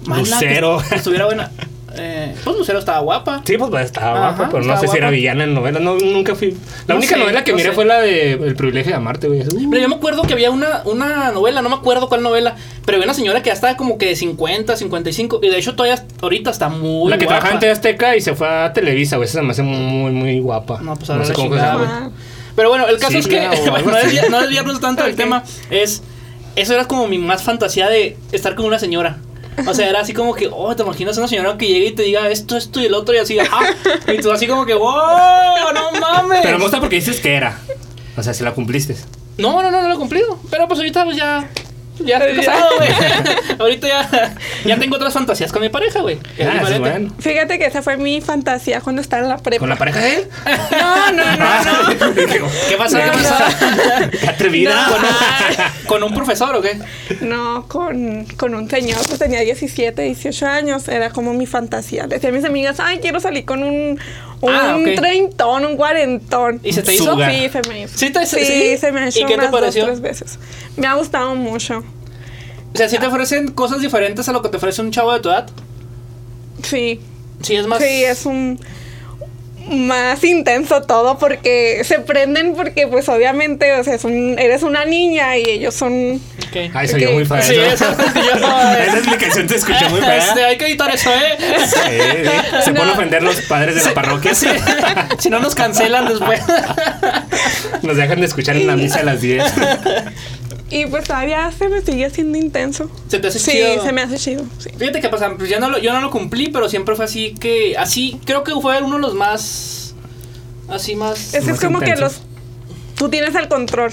S2: mala que
S3: Lucero.
S2: estuviera buena. Eh, pues Lucero estaba guapa.
S3: Sí, pues, pues, estaba
S2: Ajá,
S3: guapa, pero no
S2: estaba
S3: sé si era
S2: guapa.
S3: villana en novela. No, nunca fui.
S2: No
S3: La única
S2: sé,
S3: novela que
S2: no
S3: miré
S2: sé.
S3: fue la de El privilegio de amarte, güey. Uh,
S2: Pero yo me acuerdo que había una, una novela, no me acuerdo cuál novela, pero había una señora que ya estaba como que de 50, 55, y de hecho todavía ahorita está muy
S3: la que
S2: guapa.
S3: trabajaba en TV Azteca y se fue a Televisa, güey. Esa se me hace muy, muy guapa.
S2: No, pues, ahora
S3: sé
S2: la
S3: cómo se
S2: chingada,
S3: llama.
S4: Ah,
S2: güey. Pero bueno, el caso
S3: Sí,
S2: es que
S3: claro,
S2: bueno,
S3: algo
S2: no,
S3: así.
S2: desvia- no desviarnos tanto del tema, es eso era como mi más fantasía de estar con una señora. O sea, era así como que, oh, te imaginas una señora que llegue y te diga esto, esto y el otro, y así, ah, y tú así como que, wow, no mames.
S3: Pero me gusta porque dices que era. O sea, si la cumpliste.
S2: No, no, no, no lo he cumplido. Pero pues ahorita pues ya. Ya estoy casado, güey. ahorita ya. Ya tengo otras fantasías con mi pareja, güey. Es
S3: Ah, sí,
S2: diferente.
S3: bueno.
S4: Fíjate que esa fue mi fantasía cuando estaba en la prepa.
S3: ¿Con la pareja de él?
S4: No, no, no.
S2: ¿Qué pasa? ¿Qué
S4: No,
S2: pasa?
S3: ¡Qué atrevida!
S2: ¿Con, un, ¿Con un profesor o qué?
S4: No, con, con un señor que tenía 17, 18 años. Era como mi fantasía. Le decía a mis amigas, ay, quiero salir con un, un
S2: Ah, ok.
S4: treintón, un cuarentón.
S2: ¿Y se te
S3: hizo? Sugar.
S4: Sí, se me hizo.
S2: ¿Sí te-
S4: sí,
S2: sí?
S4: se me ha
S2: ¿Y
S4: hecho
S2: qué te
S4: unas dos,
S2: pareció?
S4: tres veces. Me ha gustado mucho.
S2: O sea, si te ofrecen cosas diferentes a lo que te ofrece un chavo de tu edad.
S4: Sí,
S2: Sí, es más.
S4: Sí, es un más intenso todo porque se prenden porque pues obviamente o sea, es un- eres una niña y ellos son
S2: Ok.
S3: Ay, soy yo muy fea.
S2: Sí,
S3: ¿no?
S2: eso es lo que yo-
S3: Esa explicación se escuchó muy fea.
S2: Este, hay que editar eso, ¿eh?
S3: Sí, sí. Se
S4: No.
S3: pueden ofender los padres de la parroquia.
S2: Sí. Si no nos cancelan después.
S3: Nos dejan de escuchar en la misa a las 10.
S4: y pues todavía se me sigue haciendo intenso.
S2: Se te hace
S4: sí,
S2: chido.
S4: se me hace chido. Sí.
S2: Fíjate que pasa, pues ya no lo, yo no lo cumplí, pero siempre fue así que, así, creo que fue uno de los más, así más...
S4: Es que es
S3: Más
S4: como que los
S3: intensos.
S4: tú tienes el control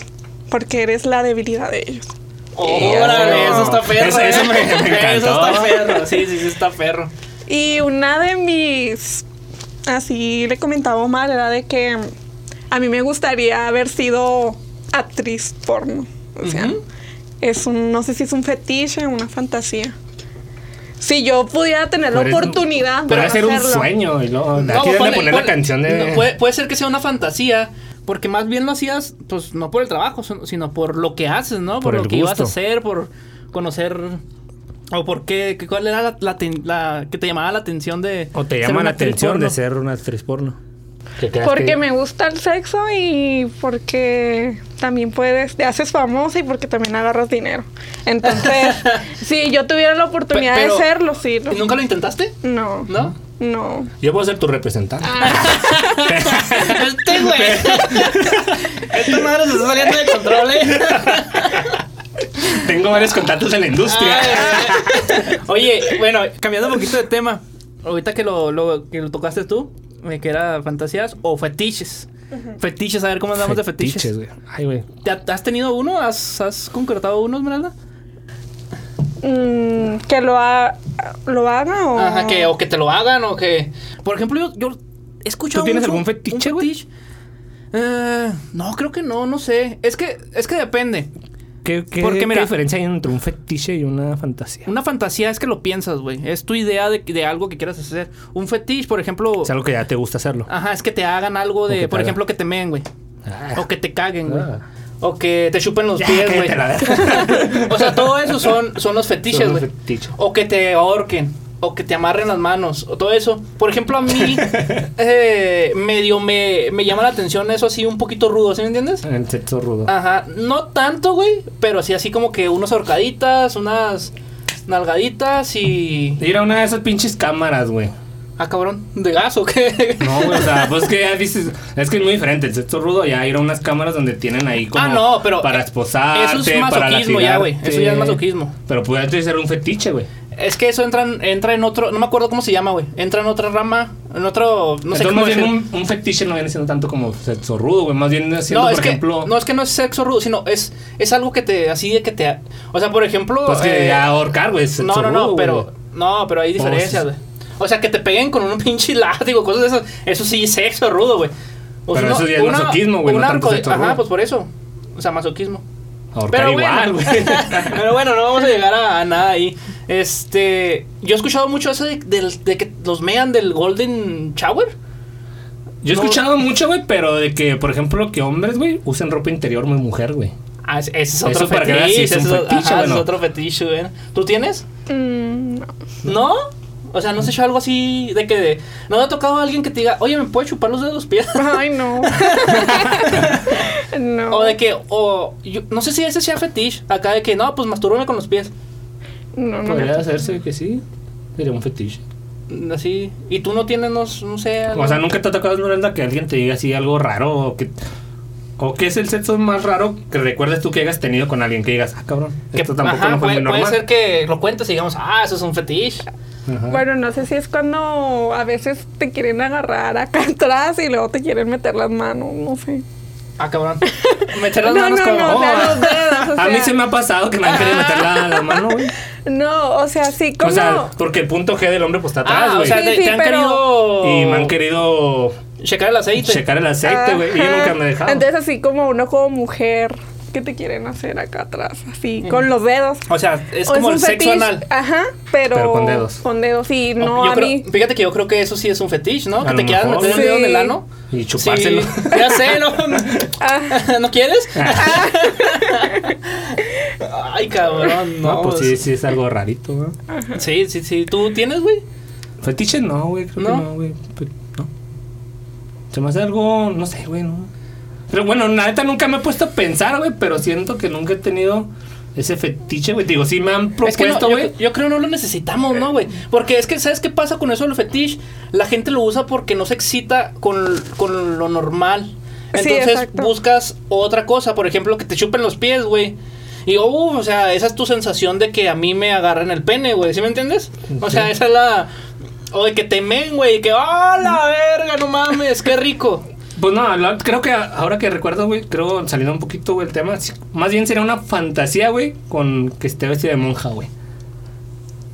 S4: porque eres la debilidad de ellos.
S2: ¡Órale!
S3: no.
S2: Eso está perro,
S3: Eso- eso
S2: ¿eh?
S3: me- me encantó.
S2: Eso está perro, sí, sí, sí está perro.
S4: Y una de mis así le comentaba mal era de que a mí me gustaría haber sido actriz porno. O sea,
S2: Ujú.
S4: es un, no sé si es un fetiche, una fantasía. Si yo pudiera tener la
S3: Pero es-
S4: oportunidad,
S3: Pero
S4: de
S3: va a ser un
S4: hacerlo.
S3: sueño. Y luego, aquí
S2: Vamos,
S3: deben de
S2: ponle-
S3: poner la
S2: ponle-
S3: canción de.
S2: pues, no, puede, puede ser que sea una fantasía, porque más bien lo hacías, pues, no por el trabajo, sino por lo que haces, ¿no? Por,
S3: Por
S2: lo
S3: el
S2: que ibas a
S3: gusto.
S2: hacer, por conocer ¿O por qué? ¿Qué- ¿Cuál era la, la ten- la- que te llamaba la atención de...
S3: O te
S2: ser
S3: llama
S2: una
S3: la
S2: actriz
S3: atención
S2: porno?
S3: de ser una actriz porno. Que creas
S4: Porque
S3: que-
S4: me gusta el sexo y porque también puedes, te haces famosa y porque también agarras dinero. Entonces, si yo tuviera la oportunidad
S2: Pe- pero-
S4: de serlo, sí. lo-
S2: ¿Nunca lo intentaste?
S4: No.
S2: ¿No? Ah.
S4: No.
S3: Yo puedo ser tu representante.
S4: Ah.
S2: este güey. Esta madre se está saliendo de control, eh.
S3: Tengo varios contactos en la industria.
S2: Ay, Oye, bueno, cambiando un poquito de tema. Ahorita que lo, lo- que lo tocaste tú, eh, que era fantasías o fetiches. Fetiches, a ver cómo andamos de fetiches.
S3: güey. Ay, güey.
S2: ¿Te ha- ¿Has tenido uno? ¿Has, has concretado uno, Esmeralda?
S4: Mm, que lo, ha, lo haga o.
S2: Ajá, que, o que te lo hagan o que... Por ejemplo, yo, yo he escuchado
S3: ¿Tú tienes
S2: mucho
S3: algún
S2: un
S3: fetiche, güey?
S2: fetiche. Eh, no, creo que no, no sé. Es que, es que depende.
S3: ¿Qué, qué,
S2: Porque,
S3: qué
S2: mira-
S3: diferencia hay entre un fetiche y una fantasía?
S2: Una fantasía es que lo piensas, güey. Es tu idea de, de algo que quieras hacer. Un fetiche, por ejemplo...
S3: Es algo que ya te gusta hacerlo.
S2: Ajá, es que te hagan algo
S3: O que
S2: de,
S3: te
S2: por
S3: hagan.
S2: ejemplo, que te meen, güey.
S3: Ah.
S2: O que te caguen, güey.
S3: Ah.
S2: O que te chupen los
S3: Ya,
S2: pies, güey.
S3: cállate la verga.
S2: o sea, todo eso son, son los fetiches,
S3: Son los
S2: güey.
S3: fetiches.
S2: O que te ahorquen. O que te amarren las manos. O todo eso. Por ejemplo, a mí eh, medio me, me llama la atención eso así un poquito rudo, ¿sí me entiendes?
S3: Ah, El sexo rudo.
S2: Ajá. No tanto, güey. Pero así, así como que unas horcaditas, unas nalgaditas y...
S3: Ir a una de esas pinches cámaras, güey.
S2: Ah, cabrón. ¿De gas o qué?
S3: No, güey, o sea, pues que ya dices, es que es muy diferente. El sexo rudo ya ir a unas cámaras donde tienen ahí como
S2: Ah, no, pero,
S3: para
S2: eh,
S3: esposarte,
S2: eso es
S3: para
S2: masoquismo ya, güey.
S3: latigarte.
S2: Eso ya es masoquismo.
S3: Pero puede ser un fetiche, güey.
S2: Es que eso entra en, entra en otro, no me acuerdo cómo se llama, güey. Entra en otra rama, en otro, no sé
S3: Entonces,
S2: cómo
S3: más bien
S2: decir.
S3: un, un fetiche no viene siendo tanto como sexo rudo, güey. Más bien viene siendo,
S2: No,
S3: por
S2: es que,
S3: ejemplo,
S2: no es que no es sexo rudo, sino es es algo que te así de que te, o sea, por ejemplo,
S3: pues que
S2: eh,
S3: ya ahorcar, güey. es
S2: no,
S3: sexo
S2: no, no,
S3: rudo,
S2: pero
S3: güey.
S2: no, pero hay
S3: Pues,
S2: diferencias, güey. O sea, que te peguen con un pinche látigo, cosas de esas, eso sí es sexo rudo, güey. O
S3: Pero
S2: sea,
S3: eso
S2: no,
S3: ya es masoquismo, güey, no
S2: una
S3: tanto
S2: arco-
S3: sexo
S2: Ajá,
S3: rudo.
S2: pues por eso. O sea, masoquismo.
S3: Ahorcar igual, güey.
S2: pero bueno, no vamos a llegar a, a nada ahí. Este, yo he escuchado mucho eso de, del- de que los mean del Golden Shower.
S3: Yo he
S2: No.
S3: escuchado mucho, güey, pero de que, por ejemplo, que hombres, güey, usen ropa interior muy mujer, güey.
S2: Ah, ese ese es otro
S3: Eso para que veas
S2: fetiche.
S3: si es un
S2: ese es-
S3: fetiche,
S2: ajá,
S3: bueno.
S2: ese es otro fetiche, güey. ¿Tú tienes?
S4: Mm, no.
S2: ¿No? O sea, ¿no has hecho algo así de que de- no te ha tocado a alguien que te diga, oye, ¿me puedes chupar los dedos de los pies?
S4: Ay, no. no.
S2: o de que, o, yo- no sé si ese sea fetiche, acá de que, no, pues masturbarme con los pies.
S4: No, no.
S3: Podría hacerse que sí. Sería un fetiche.
S2: Así. Y tú no tienes, no, no sé. algo?
S3: O sea, nunca te ha tocado Esmeralda que alguien te diga así algo raro o que. O que es el sexo más raro que recuerdes tú que hayas tenido con alguien que digas, ah, cabrón,
S2: Que-
S3: esto tampoco
S2: ajá,
S3: no fue
S2: puede,
S3: muy normal.
S2: puede ser que lo cuentes y digamos, ah, eso es un fetiche.
S3: Ajá.
S4: Bueno, no sé si es cuando a veces te quieren agarrar acá atrás y luego te quieren meter las manos, no sé.
S2: Ah, cabrón. Meter las
S4: No,
S2: manos
S4: no,
S2: como.
S4: no,
S2: oh,
S4: o sea, los dedos, o
S3: a mí
S4: sea.
S3: se me ha pasado que me han querido meter la, la mano, güey.
S4: No, o sea, sí, como.
S3: O sea, porque el punto G del hombre pues está atrás,
S2: ah, o
S3: güey.
S2: sea,
S4: Sí,
S2: te,
S4: sí,
S2: te han
S4: pero-
S2: querido.
S3: y me han querido
S2: Checar el aceite.
S3: checar el aceite, güey. Y yo
S4: Ajá.
S3: nunca me dejaron.
S4: Entonces, así como uno como mujer, ¿qué te quieren hacer acá atrás? Así, con los dedos.
S2: O sea, es
S4: O
S2: como el
S4: un
S2: sexo
S4: fetiche,
S2: anal.
S4: Ajá, pero.
S3: Pero con dedos.
S4: Con dedos, sí, no
S2: Yo
S4: a
S2: creo-
S4: mí.
S2: Fíjate que yo creo que eso sí es un fetiche, ¿no?
S3: A
S2: que
S3: lo
S2: te quieras
S3: mejor.
S2: meter el dedo en el
S4: Sí.
S2: ano.
S3: Y chupárselo.
S2: Sí, ya sé, ¿no?
S4: Ah.
S2: ¿No quieres?
S3: Ah.
S2: Ay, cabrón, no.
S3: No, pues sí, sí es algo rarito, ¿no?
S2: Sí, sí, sí. ¿Tú tienes, güey?
S3: Fetiche no, güey, creo
S2: ¿No?
S3: que no, güey. Pe- No. Se me hace algo, no sé, güey, no. Pero bueno, la neta nunca me he puesto a pensar, güey, pero siento que nunca he tenido ese fetiche, güey. Digo, sí me han
S2: Es que no, yo-
S3: propuesto, güey.
S2: yo, creo no lo necesitamos, ¿no, güey? Porque es que, ¿sabes qué pasa con eso del fetiche? La gente lo usa porque no se excita con, con lo normal.
S4: Sí,
S2: Entonces
S4: exacto.
S2: buscas otra cosa, por ejemplo, que te chupen los pies, güey. Y, uh, o sea, esa es tu sensación de que a mí me agarran el pene, güey. ¿Sí me entiendes? O sea, esa es la. O de que temen, güey. y Que, ¡ah, la verga! No mames, qué rico.
S3: Pues no, la- creo que a- ahora que recuerdo, güey, creo saliendo un poquito, güey, el tema. sí, Más bien sería una fantasía, güey, con que esté vestida de monja, güey.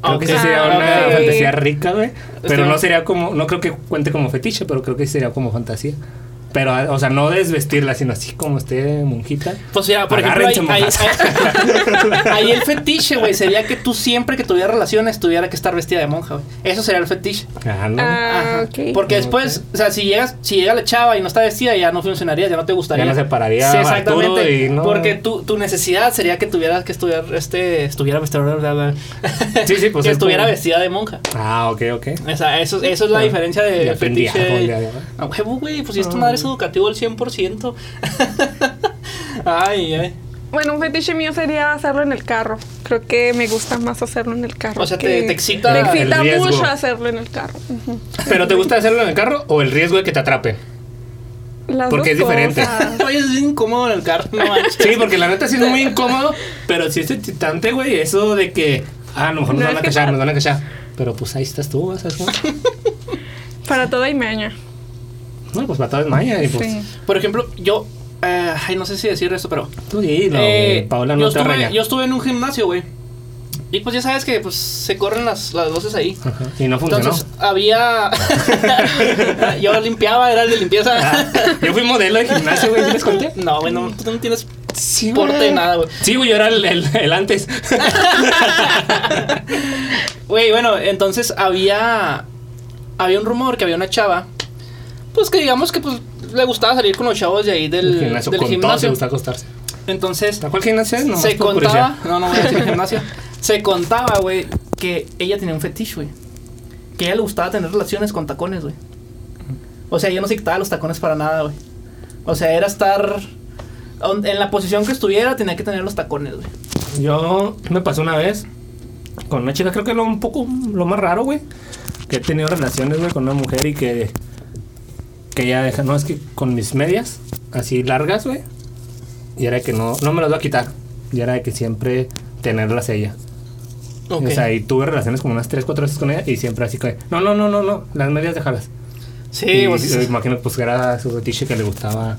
S3: Creo que
S2: Ok.
S3: eso sería
S4: Ah,
S3: una
S4: ok.
S3: fantasía rica, güey. Pero
S2: Sí.
S3: no sería como, no creo que cuente como fetiche, pero creo que sería como fantasía. Pero, ah, o sea, no desvestirla, sino así como esté monjita.
S2: Pues ya, por
S3: Agárrense,
S2: ejemplo, ahí,
S3: monjas.
S2: ahí- ahí- ahí el fetiche, güey, sería que tú siempre que tuvieras relaciones tuviera que estar vestida de monja, güey. Eso sería el fetiche.
S3: Ah, no.
S4: Ah,
S2: Ajá.
S4: ok.
S2: Porque después, o sea, si llegas, si llega la chava y no está vestida, ya no funcionaría, ya no te gustaría.
S3: Ya no se pararía
S2: Sí,
S3: Arturo
S2: exactamente.
S3: y no-
S2: Porque tu, tu necesidad sería que tuvieras que estudiar, este, estuviera vestida, bla, bla, bla.
S3: Sí, sí, pues
S2: que
S3: es
S2: estuviera
S3: como-
S2: vestida de monja.
S3: Ah, ok, ok.
S2: Esa, eso, eso es la
S3: Ah,
S2: diferencia
S3: ya
S2: de
S3: aprendí
S2: fetiche.
S3: algo el día de hoy.
S2: A huevo, güey, pues si esta madre es educativo al 100%. Ay, ay.
S4: Bueno, un fetiche mío sería hacerlo en el carro. Creo que me gusta más hacerlo en el carro.
S2: O sea, te-
S4: que-
S2: te excita
S4: Me
S2: el
S4: excita
S3: riesgo.
S4: mucho hacerlo en el carro. Ujú.
S3: ¿Pero te gusta hacerlo en el carro o el riesgo de que te atrapen?
S4: Las
S3: Porque
S4: dos
S3: es diferente.
S4: cosas.
S2: Oye, es bien incómodo en el carro, no manches.
S3: Sí, porque la neta sí es muy incómodo, pero sí es excitante, güey, eso de que, ah, a lo mejor nos
S4: No,
S3: van
S4: es
S3: a
S4: que
S3: cachar,
S4: para-
S3: nos van a cachar. Pero pues ahí estás tú, ¿sabes? cómo?
S4: Para toda y meña.
S3: No, pues para todo es maña y pues...
S4: Sí.
S2: Por ejemplo, yo. eh, ay, no sé si decir esto, pero.
S3: Tú dilo,
S2: eh,
S3: güey, Paola no
S2: yo,
S3: te
S2: estuve,
S3: raya.
S2: yo estuve en un gimnasio, güey. Y pues ya sabes que pues, se corren las, las voces ahí.
S3: Ajá, Y Ah, no funcionó.
S2: Entonces había. yo limpiaba, era el de limpieza.
S3: Ah, yo fui modelo de gimnasio, güey, ¿sí les conté?
S2: no, güey, no, tú no tienes
S3: Sí,
S2: porte de nada, güey.
S3: Sí, güey, yo era el, el- el antes.
S2: Güey, bueno, entonces había. Había un rumor que había una chava. Pues que digamos que pues le gustaba salir con los chavos de ahí del,
S3: El gimnasio,
S2: del
S3: con todo se
S2: gimnasio.
S3: gusta acostarse.
S2: Entonces,
S3: ¿A cuál gimnasio es? Nomás
S2: se
S3: por
S2: contaba.
S3: curiosidad.
S2: No, no voy a decir gimnasio. Se contaba, güey, que ella tenía un fetiche, güey. Que a ella le gustaba tener relaciones con tacones, güey. O sea, ella no se quitaba los tacones para nada, güey. O sea, era estar. on- En la posición que estuviera, tenía que tener los tacones, güey.
S3: Yo me pasó una vez con una chica, creo que lo un poco lo más raro, güey, que he tenido relaciones, güey, con una mujer y que que ella deja, no es que con mis medias así largas, güey, y era que no no me las va a quitar, y era de que siempre tenerlas ella. O sea, y tuve relaciones como unas 3, 4 veces con ella y siempre así que, no, no, no, no, no, las medias dejarlas.
S2: sí,
S3: y,
S2: pues,
S3: yo imagino que pues era su fetiche que le gustaba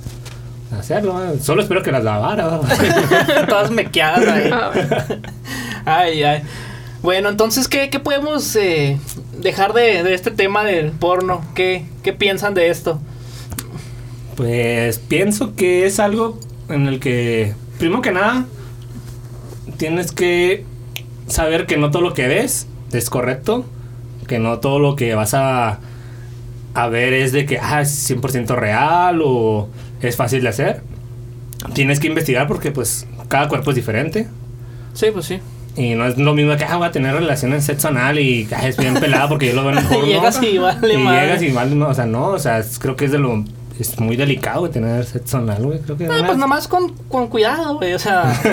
S3: hacerlo, güey. solo espero que las lavara. güey.
S2: Todas mequeadas ahí.
S4: Ah,
S2: Ay, ay. Bueno, entonces, ¿qué, qué podemos eh, dejar de, de este tema del porno? ¿Qué, ¿Qué piensan de esto?
S3: Pues pienso que es algo en el que, primero que nada, tienes que saber que no todo lo que ves es correcto, que no todo lo que vas a, a ver es de que ah, es 100% real o es fácil de hacer. Tienes que investigar porque pues cada cuerpo es diferente.
S2: Sí, pues sí.
S3: Y no es lo mismo que ah, voy a tener relaciones sexo anal y ah, es bien pelada porque yo lo veo en el porno.
S2: Llegas y vale
S3: Y
S2: madre.
S3: llegas y vale, no, o sea, no, o sea, es- creo que es de lo. Es muy delicado de tener sexo anal, güey. Creo que.
S2: No,
S3: una-
S2: pues nomás con, con cuidado, güey. O sea,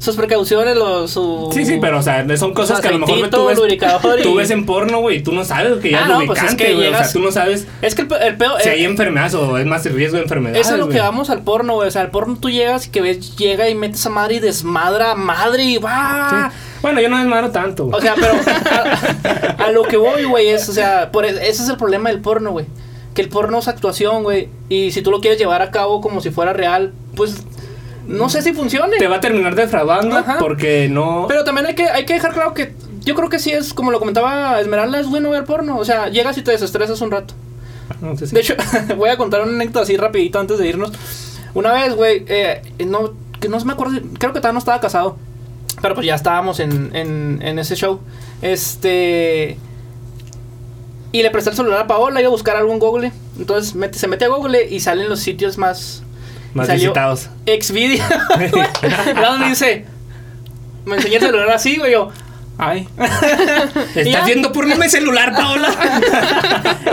S2: sus precauciones, los, su.
S3: Sí, sí, pero, o sea, son cosas que a lo mejor
S2: aceitito,
S3: tú ves,
S2: lubricador y-
S3: tú ves en porno, güey, y tú no sabes que ya
S2: Ah,
S3: es
S2: no, pues
S3: lubricante,
S2: es que
S3: güey. O
S2: llegas-
S3: sea, tú no sabes
S2: Es que el, pe- el pedo.
S3: si
S2: eh,
S3: hay enfermedades o es más riesgo de enfermedades.
S2: eso es lo que
S3: güey.
S2: vamos al porno, güey. O sea, al porno tú llegas y que ves, llega y metes a madre y desmadra a madre y va.
S3: Sí. Bueno, yo no desmadro tanto. güey.
S2: O sea, pero a, a lo que voy, güey, es, o sea, por, e- ese es el problema del porno, güey. Que el porno es actuación, güey. Y si tú lo quieres llevar a cabo como si fuera real, pues no sé si funcione.
S3: Te va a terminar defraudando
S2: Ajá.
S3: porque no.
S2: Pero también hay que, hay que dejar claro que yo creo que sí es, como lo comentaba Esmeralda, es bueno ver porno. O sea, llegas y te desestresas un rato.
S3: no sé si-
S2: De hecho, voy a contar una anécdota así rapidito antes de irnos. Una vez, güey, eh, no, que no me acuerdo, creo que todavía no estaba casado. Pero pues ya estábamos en, en, en ese show. Este... Y le presté el celular a Paola, iba a buscar algo en Google. Entonces mete- se mete a Google y salen los sitios más...
S3: más
S2: salió-
S3: visitados.
S2: Exvideo. Luego me dice... Me enseñé el celular así, güey. Yo... Ay.
S3: Estás viendo porno en mi celular, Paola.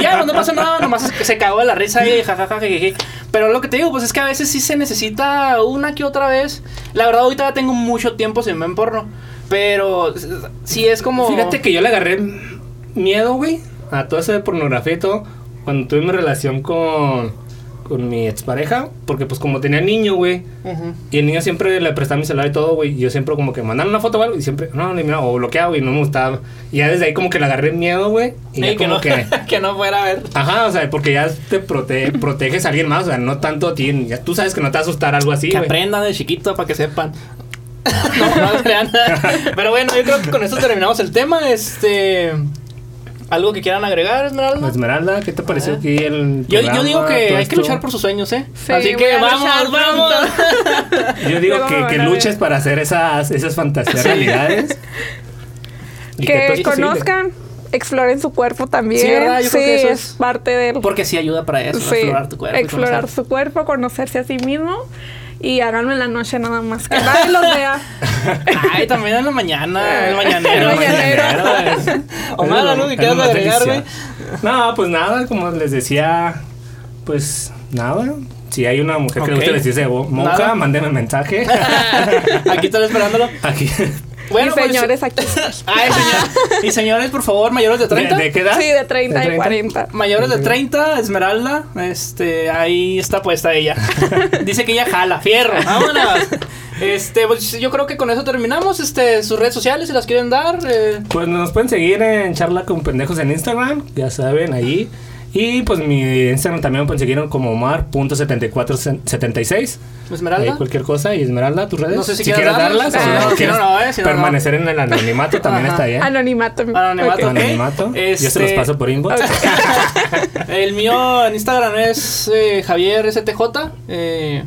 S2: ya, pues, no pasó nada, nomás es que se cagó de la risa y jajaja. jejeje. Pero lo que te digo, pues es que a veces sí se necesita una que otra vez. La verdad, ahorita ya tengo mucho tiempo sin ver porno. Pero s- sí es como.
S3: Fíjate que yo le agarré miedo, güey, a todo eso de pornografía y todo cuando tuve mi relación con, con mi expareja, porque pues como tenía niño, güey,
S2: Ujú.
S3: y el niño siempre le prestaba mi celular y todo, güey, y yo siempre como que mandaron una foto o algo y siempre, no, ni mira, o bloqueado, güey, no me gustaba. Y ya desde ahí como que le agarré miedo, güey, y ya
S2: Ey, que,
S3: como
S2: no,
S3: que...
S2: que no fuera a ver.
S3: Ajá, o sea, porque ya te prote- proteges a alguien más, o sea, no tanto a ti, ya tú sabes que no te va a asustar algo así,
S2: que
S3: güey.
S2: aprendan de chiquito para que sepan. No, no crean. Pero bueno, yo creo que con esto terminamos el tema. Este. ¿Algo que quieran agregar, Esmeralda?
S3: Esmeralda, ¿qué te pareció
S2: Ah.
S3: aquí el
S2: Yo, yo
S3: programa,
S2: digo que
S3: todo
S2: hay que
S3: esto?
S2: luchar por sus sueños, ¿eh?
S4: Sí,
S2: Así
S4: voy
S2: que
S4: a
S2: vamos,
S4: luchar
S2: vamos.
S3: Yo digo
S4: Luego me
S3: que,
S4: van
S3: que
S4: a ver.
S3: luches para hacer esas, esas fantasías
S2: Sí.
S3: realidades. Y todo
S4: que
S3: es posible.
S4: conozcan, exploren su cuerpo también.
S2: Sí, ¿verdad? Yo creo que eso es-
S4: parte del...
S2: Porque sí ayuda para eso,
S4: Sí,
S2: explorar tu cuerpo. y
S4: explorar
S2: conocer.
S4: su cuerpo, conocerse a sí mismo y háganlo en la noche nada más. Que nadie los vea.
S2: Ay, también en la mañana, el mañanero.
S4: El mañanero.
S3: Mañanero.
S2: Omar,
S3: Es lo-
S2: ¿algo que
S3: es
S2: quieras
S3: lo más
S2: agregar,
S3: delicia. No, pues nada, como les decía, pues nada. Si hay una mujer que le gusta
S2: Ok.
S3: vestirse de bo- monja,
S2: Nada.
S3: mándeme mensaje.
S2: Aquí están esperándolo.
S3: Aquí.
S2: Bueno,
S4: y
S2: pues-
S4: señores, aquí.
S2: Ay, señor. Y señores, por favor, mayores de 30.
S3: ¿De, de qué edad?
S4: Sí, de 30 y 40.
S2: Mayores de 30, Esmeralda, este, ahí está puesta ella. Dice que ella jala, fierro, vámonos. Este, pues yo creo que con eso terminamos, este, sus redes sociales, si las quieren dar. eh,
S3: Pues nos pueden seguir en Charla con Pendejos en Instagram, ya saben, ahí. Y pues mi Instagram también me pueden seguir como Omar.7476. Ahí
S2: Esmeralda.
S3: cualquier cosa. Y Esmeralda, tus redes.
S2: No sé si quieras darlas,
S3: o si
S4: ah,
S3: no,
S4: si no,
S3: quieres
S2: no, eh, si no, no.
S3: permanecer en el anonimato también
S2: Ajá.
S3: está bien.
S4: Anonimato.
S2: Anonimato.
S4: Ok.
S2: ok.
S3: Anonimato. Yo se los
S2: Este-
S3: paso por inbox.
S2: El mío en Instagram es eh, Javier STJ. eh,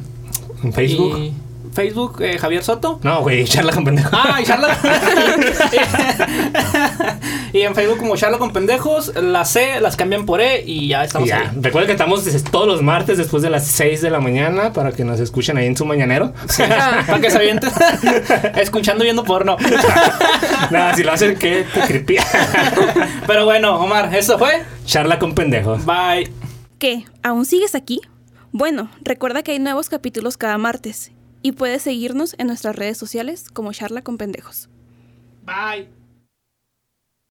S3: En Facebook.
S2: y Facebook, eh, Javier Soto.
S3: No, güey, charla con pendejos.
S2: Ah, y charla. y en Facebook como charla con pendejos, las C las cambian por E y ya estamos
S3: Ya.
S2: ahí.
S3: Recuerden que estamos des- todos los martes después de las 6 de la mañana para que nos escuchen ahí en su mañanero.
S2: Para que se avienten escuchando y viendo porno.
S3: Nada, si lo hacen, que te creepy.
S2: Pero bueno, Omar, esto fue.
S3: charla con pendejos.
S2: Bye.
S1: ¿Qué? ¿Aún sigues aquí? Bueno, recuerda que hay nuevos capítulos cada martes y puedes seguirnos en nuestras redes sociales como Charla con Pendejos.
S2: Bye.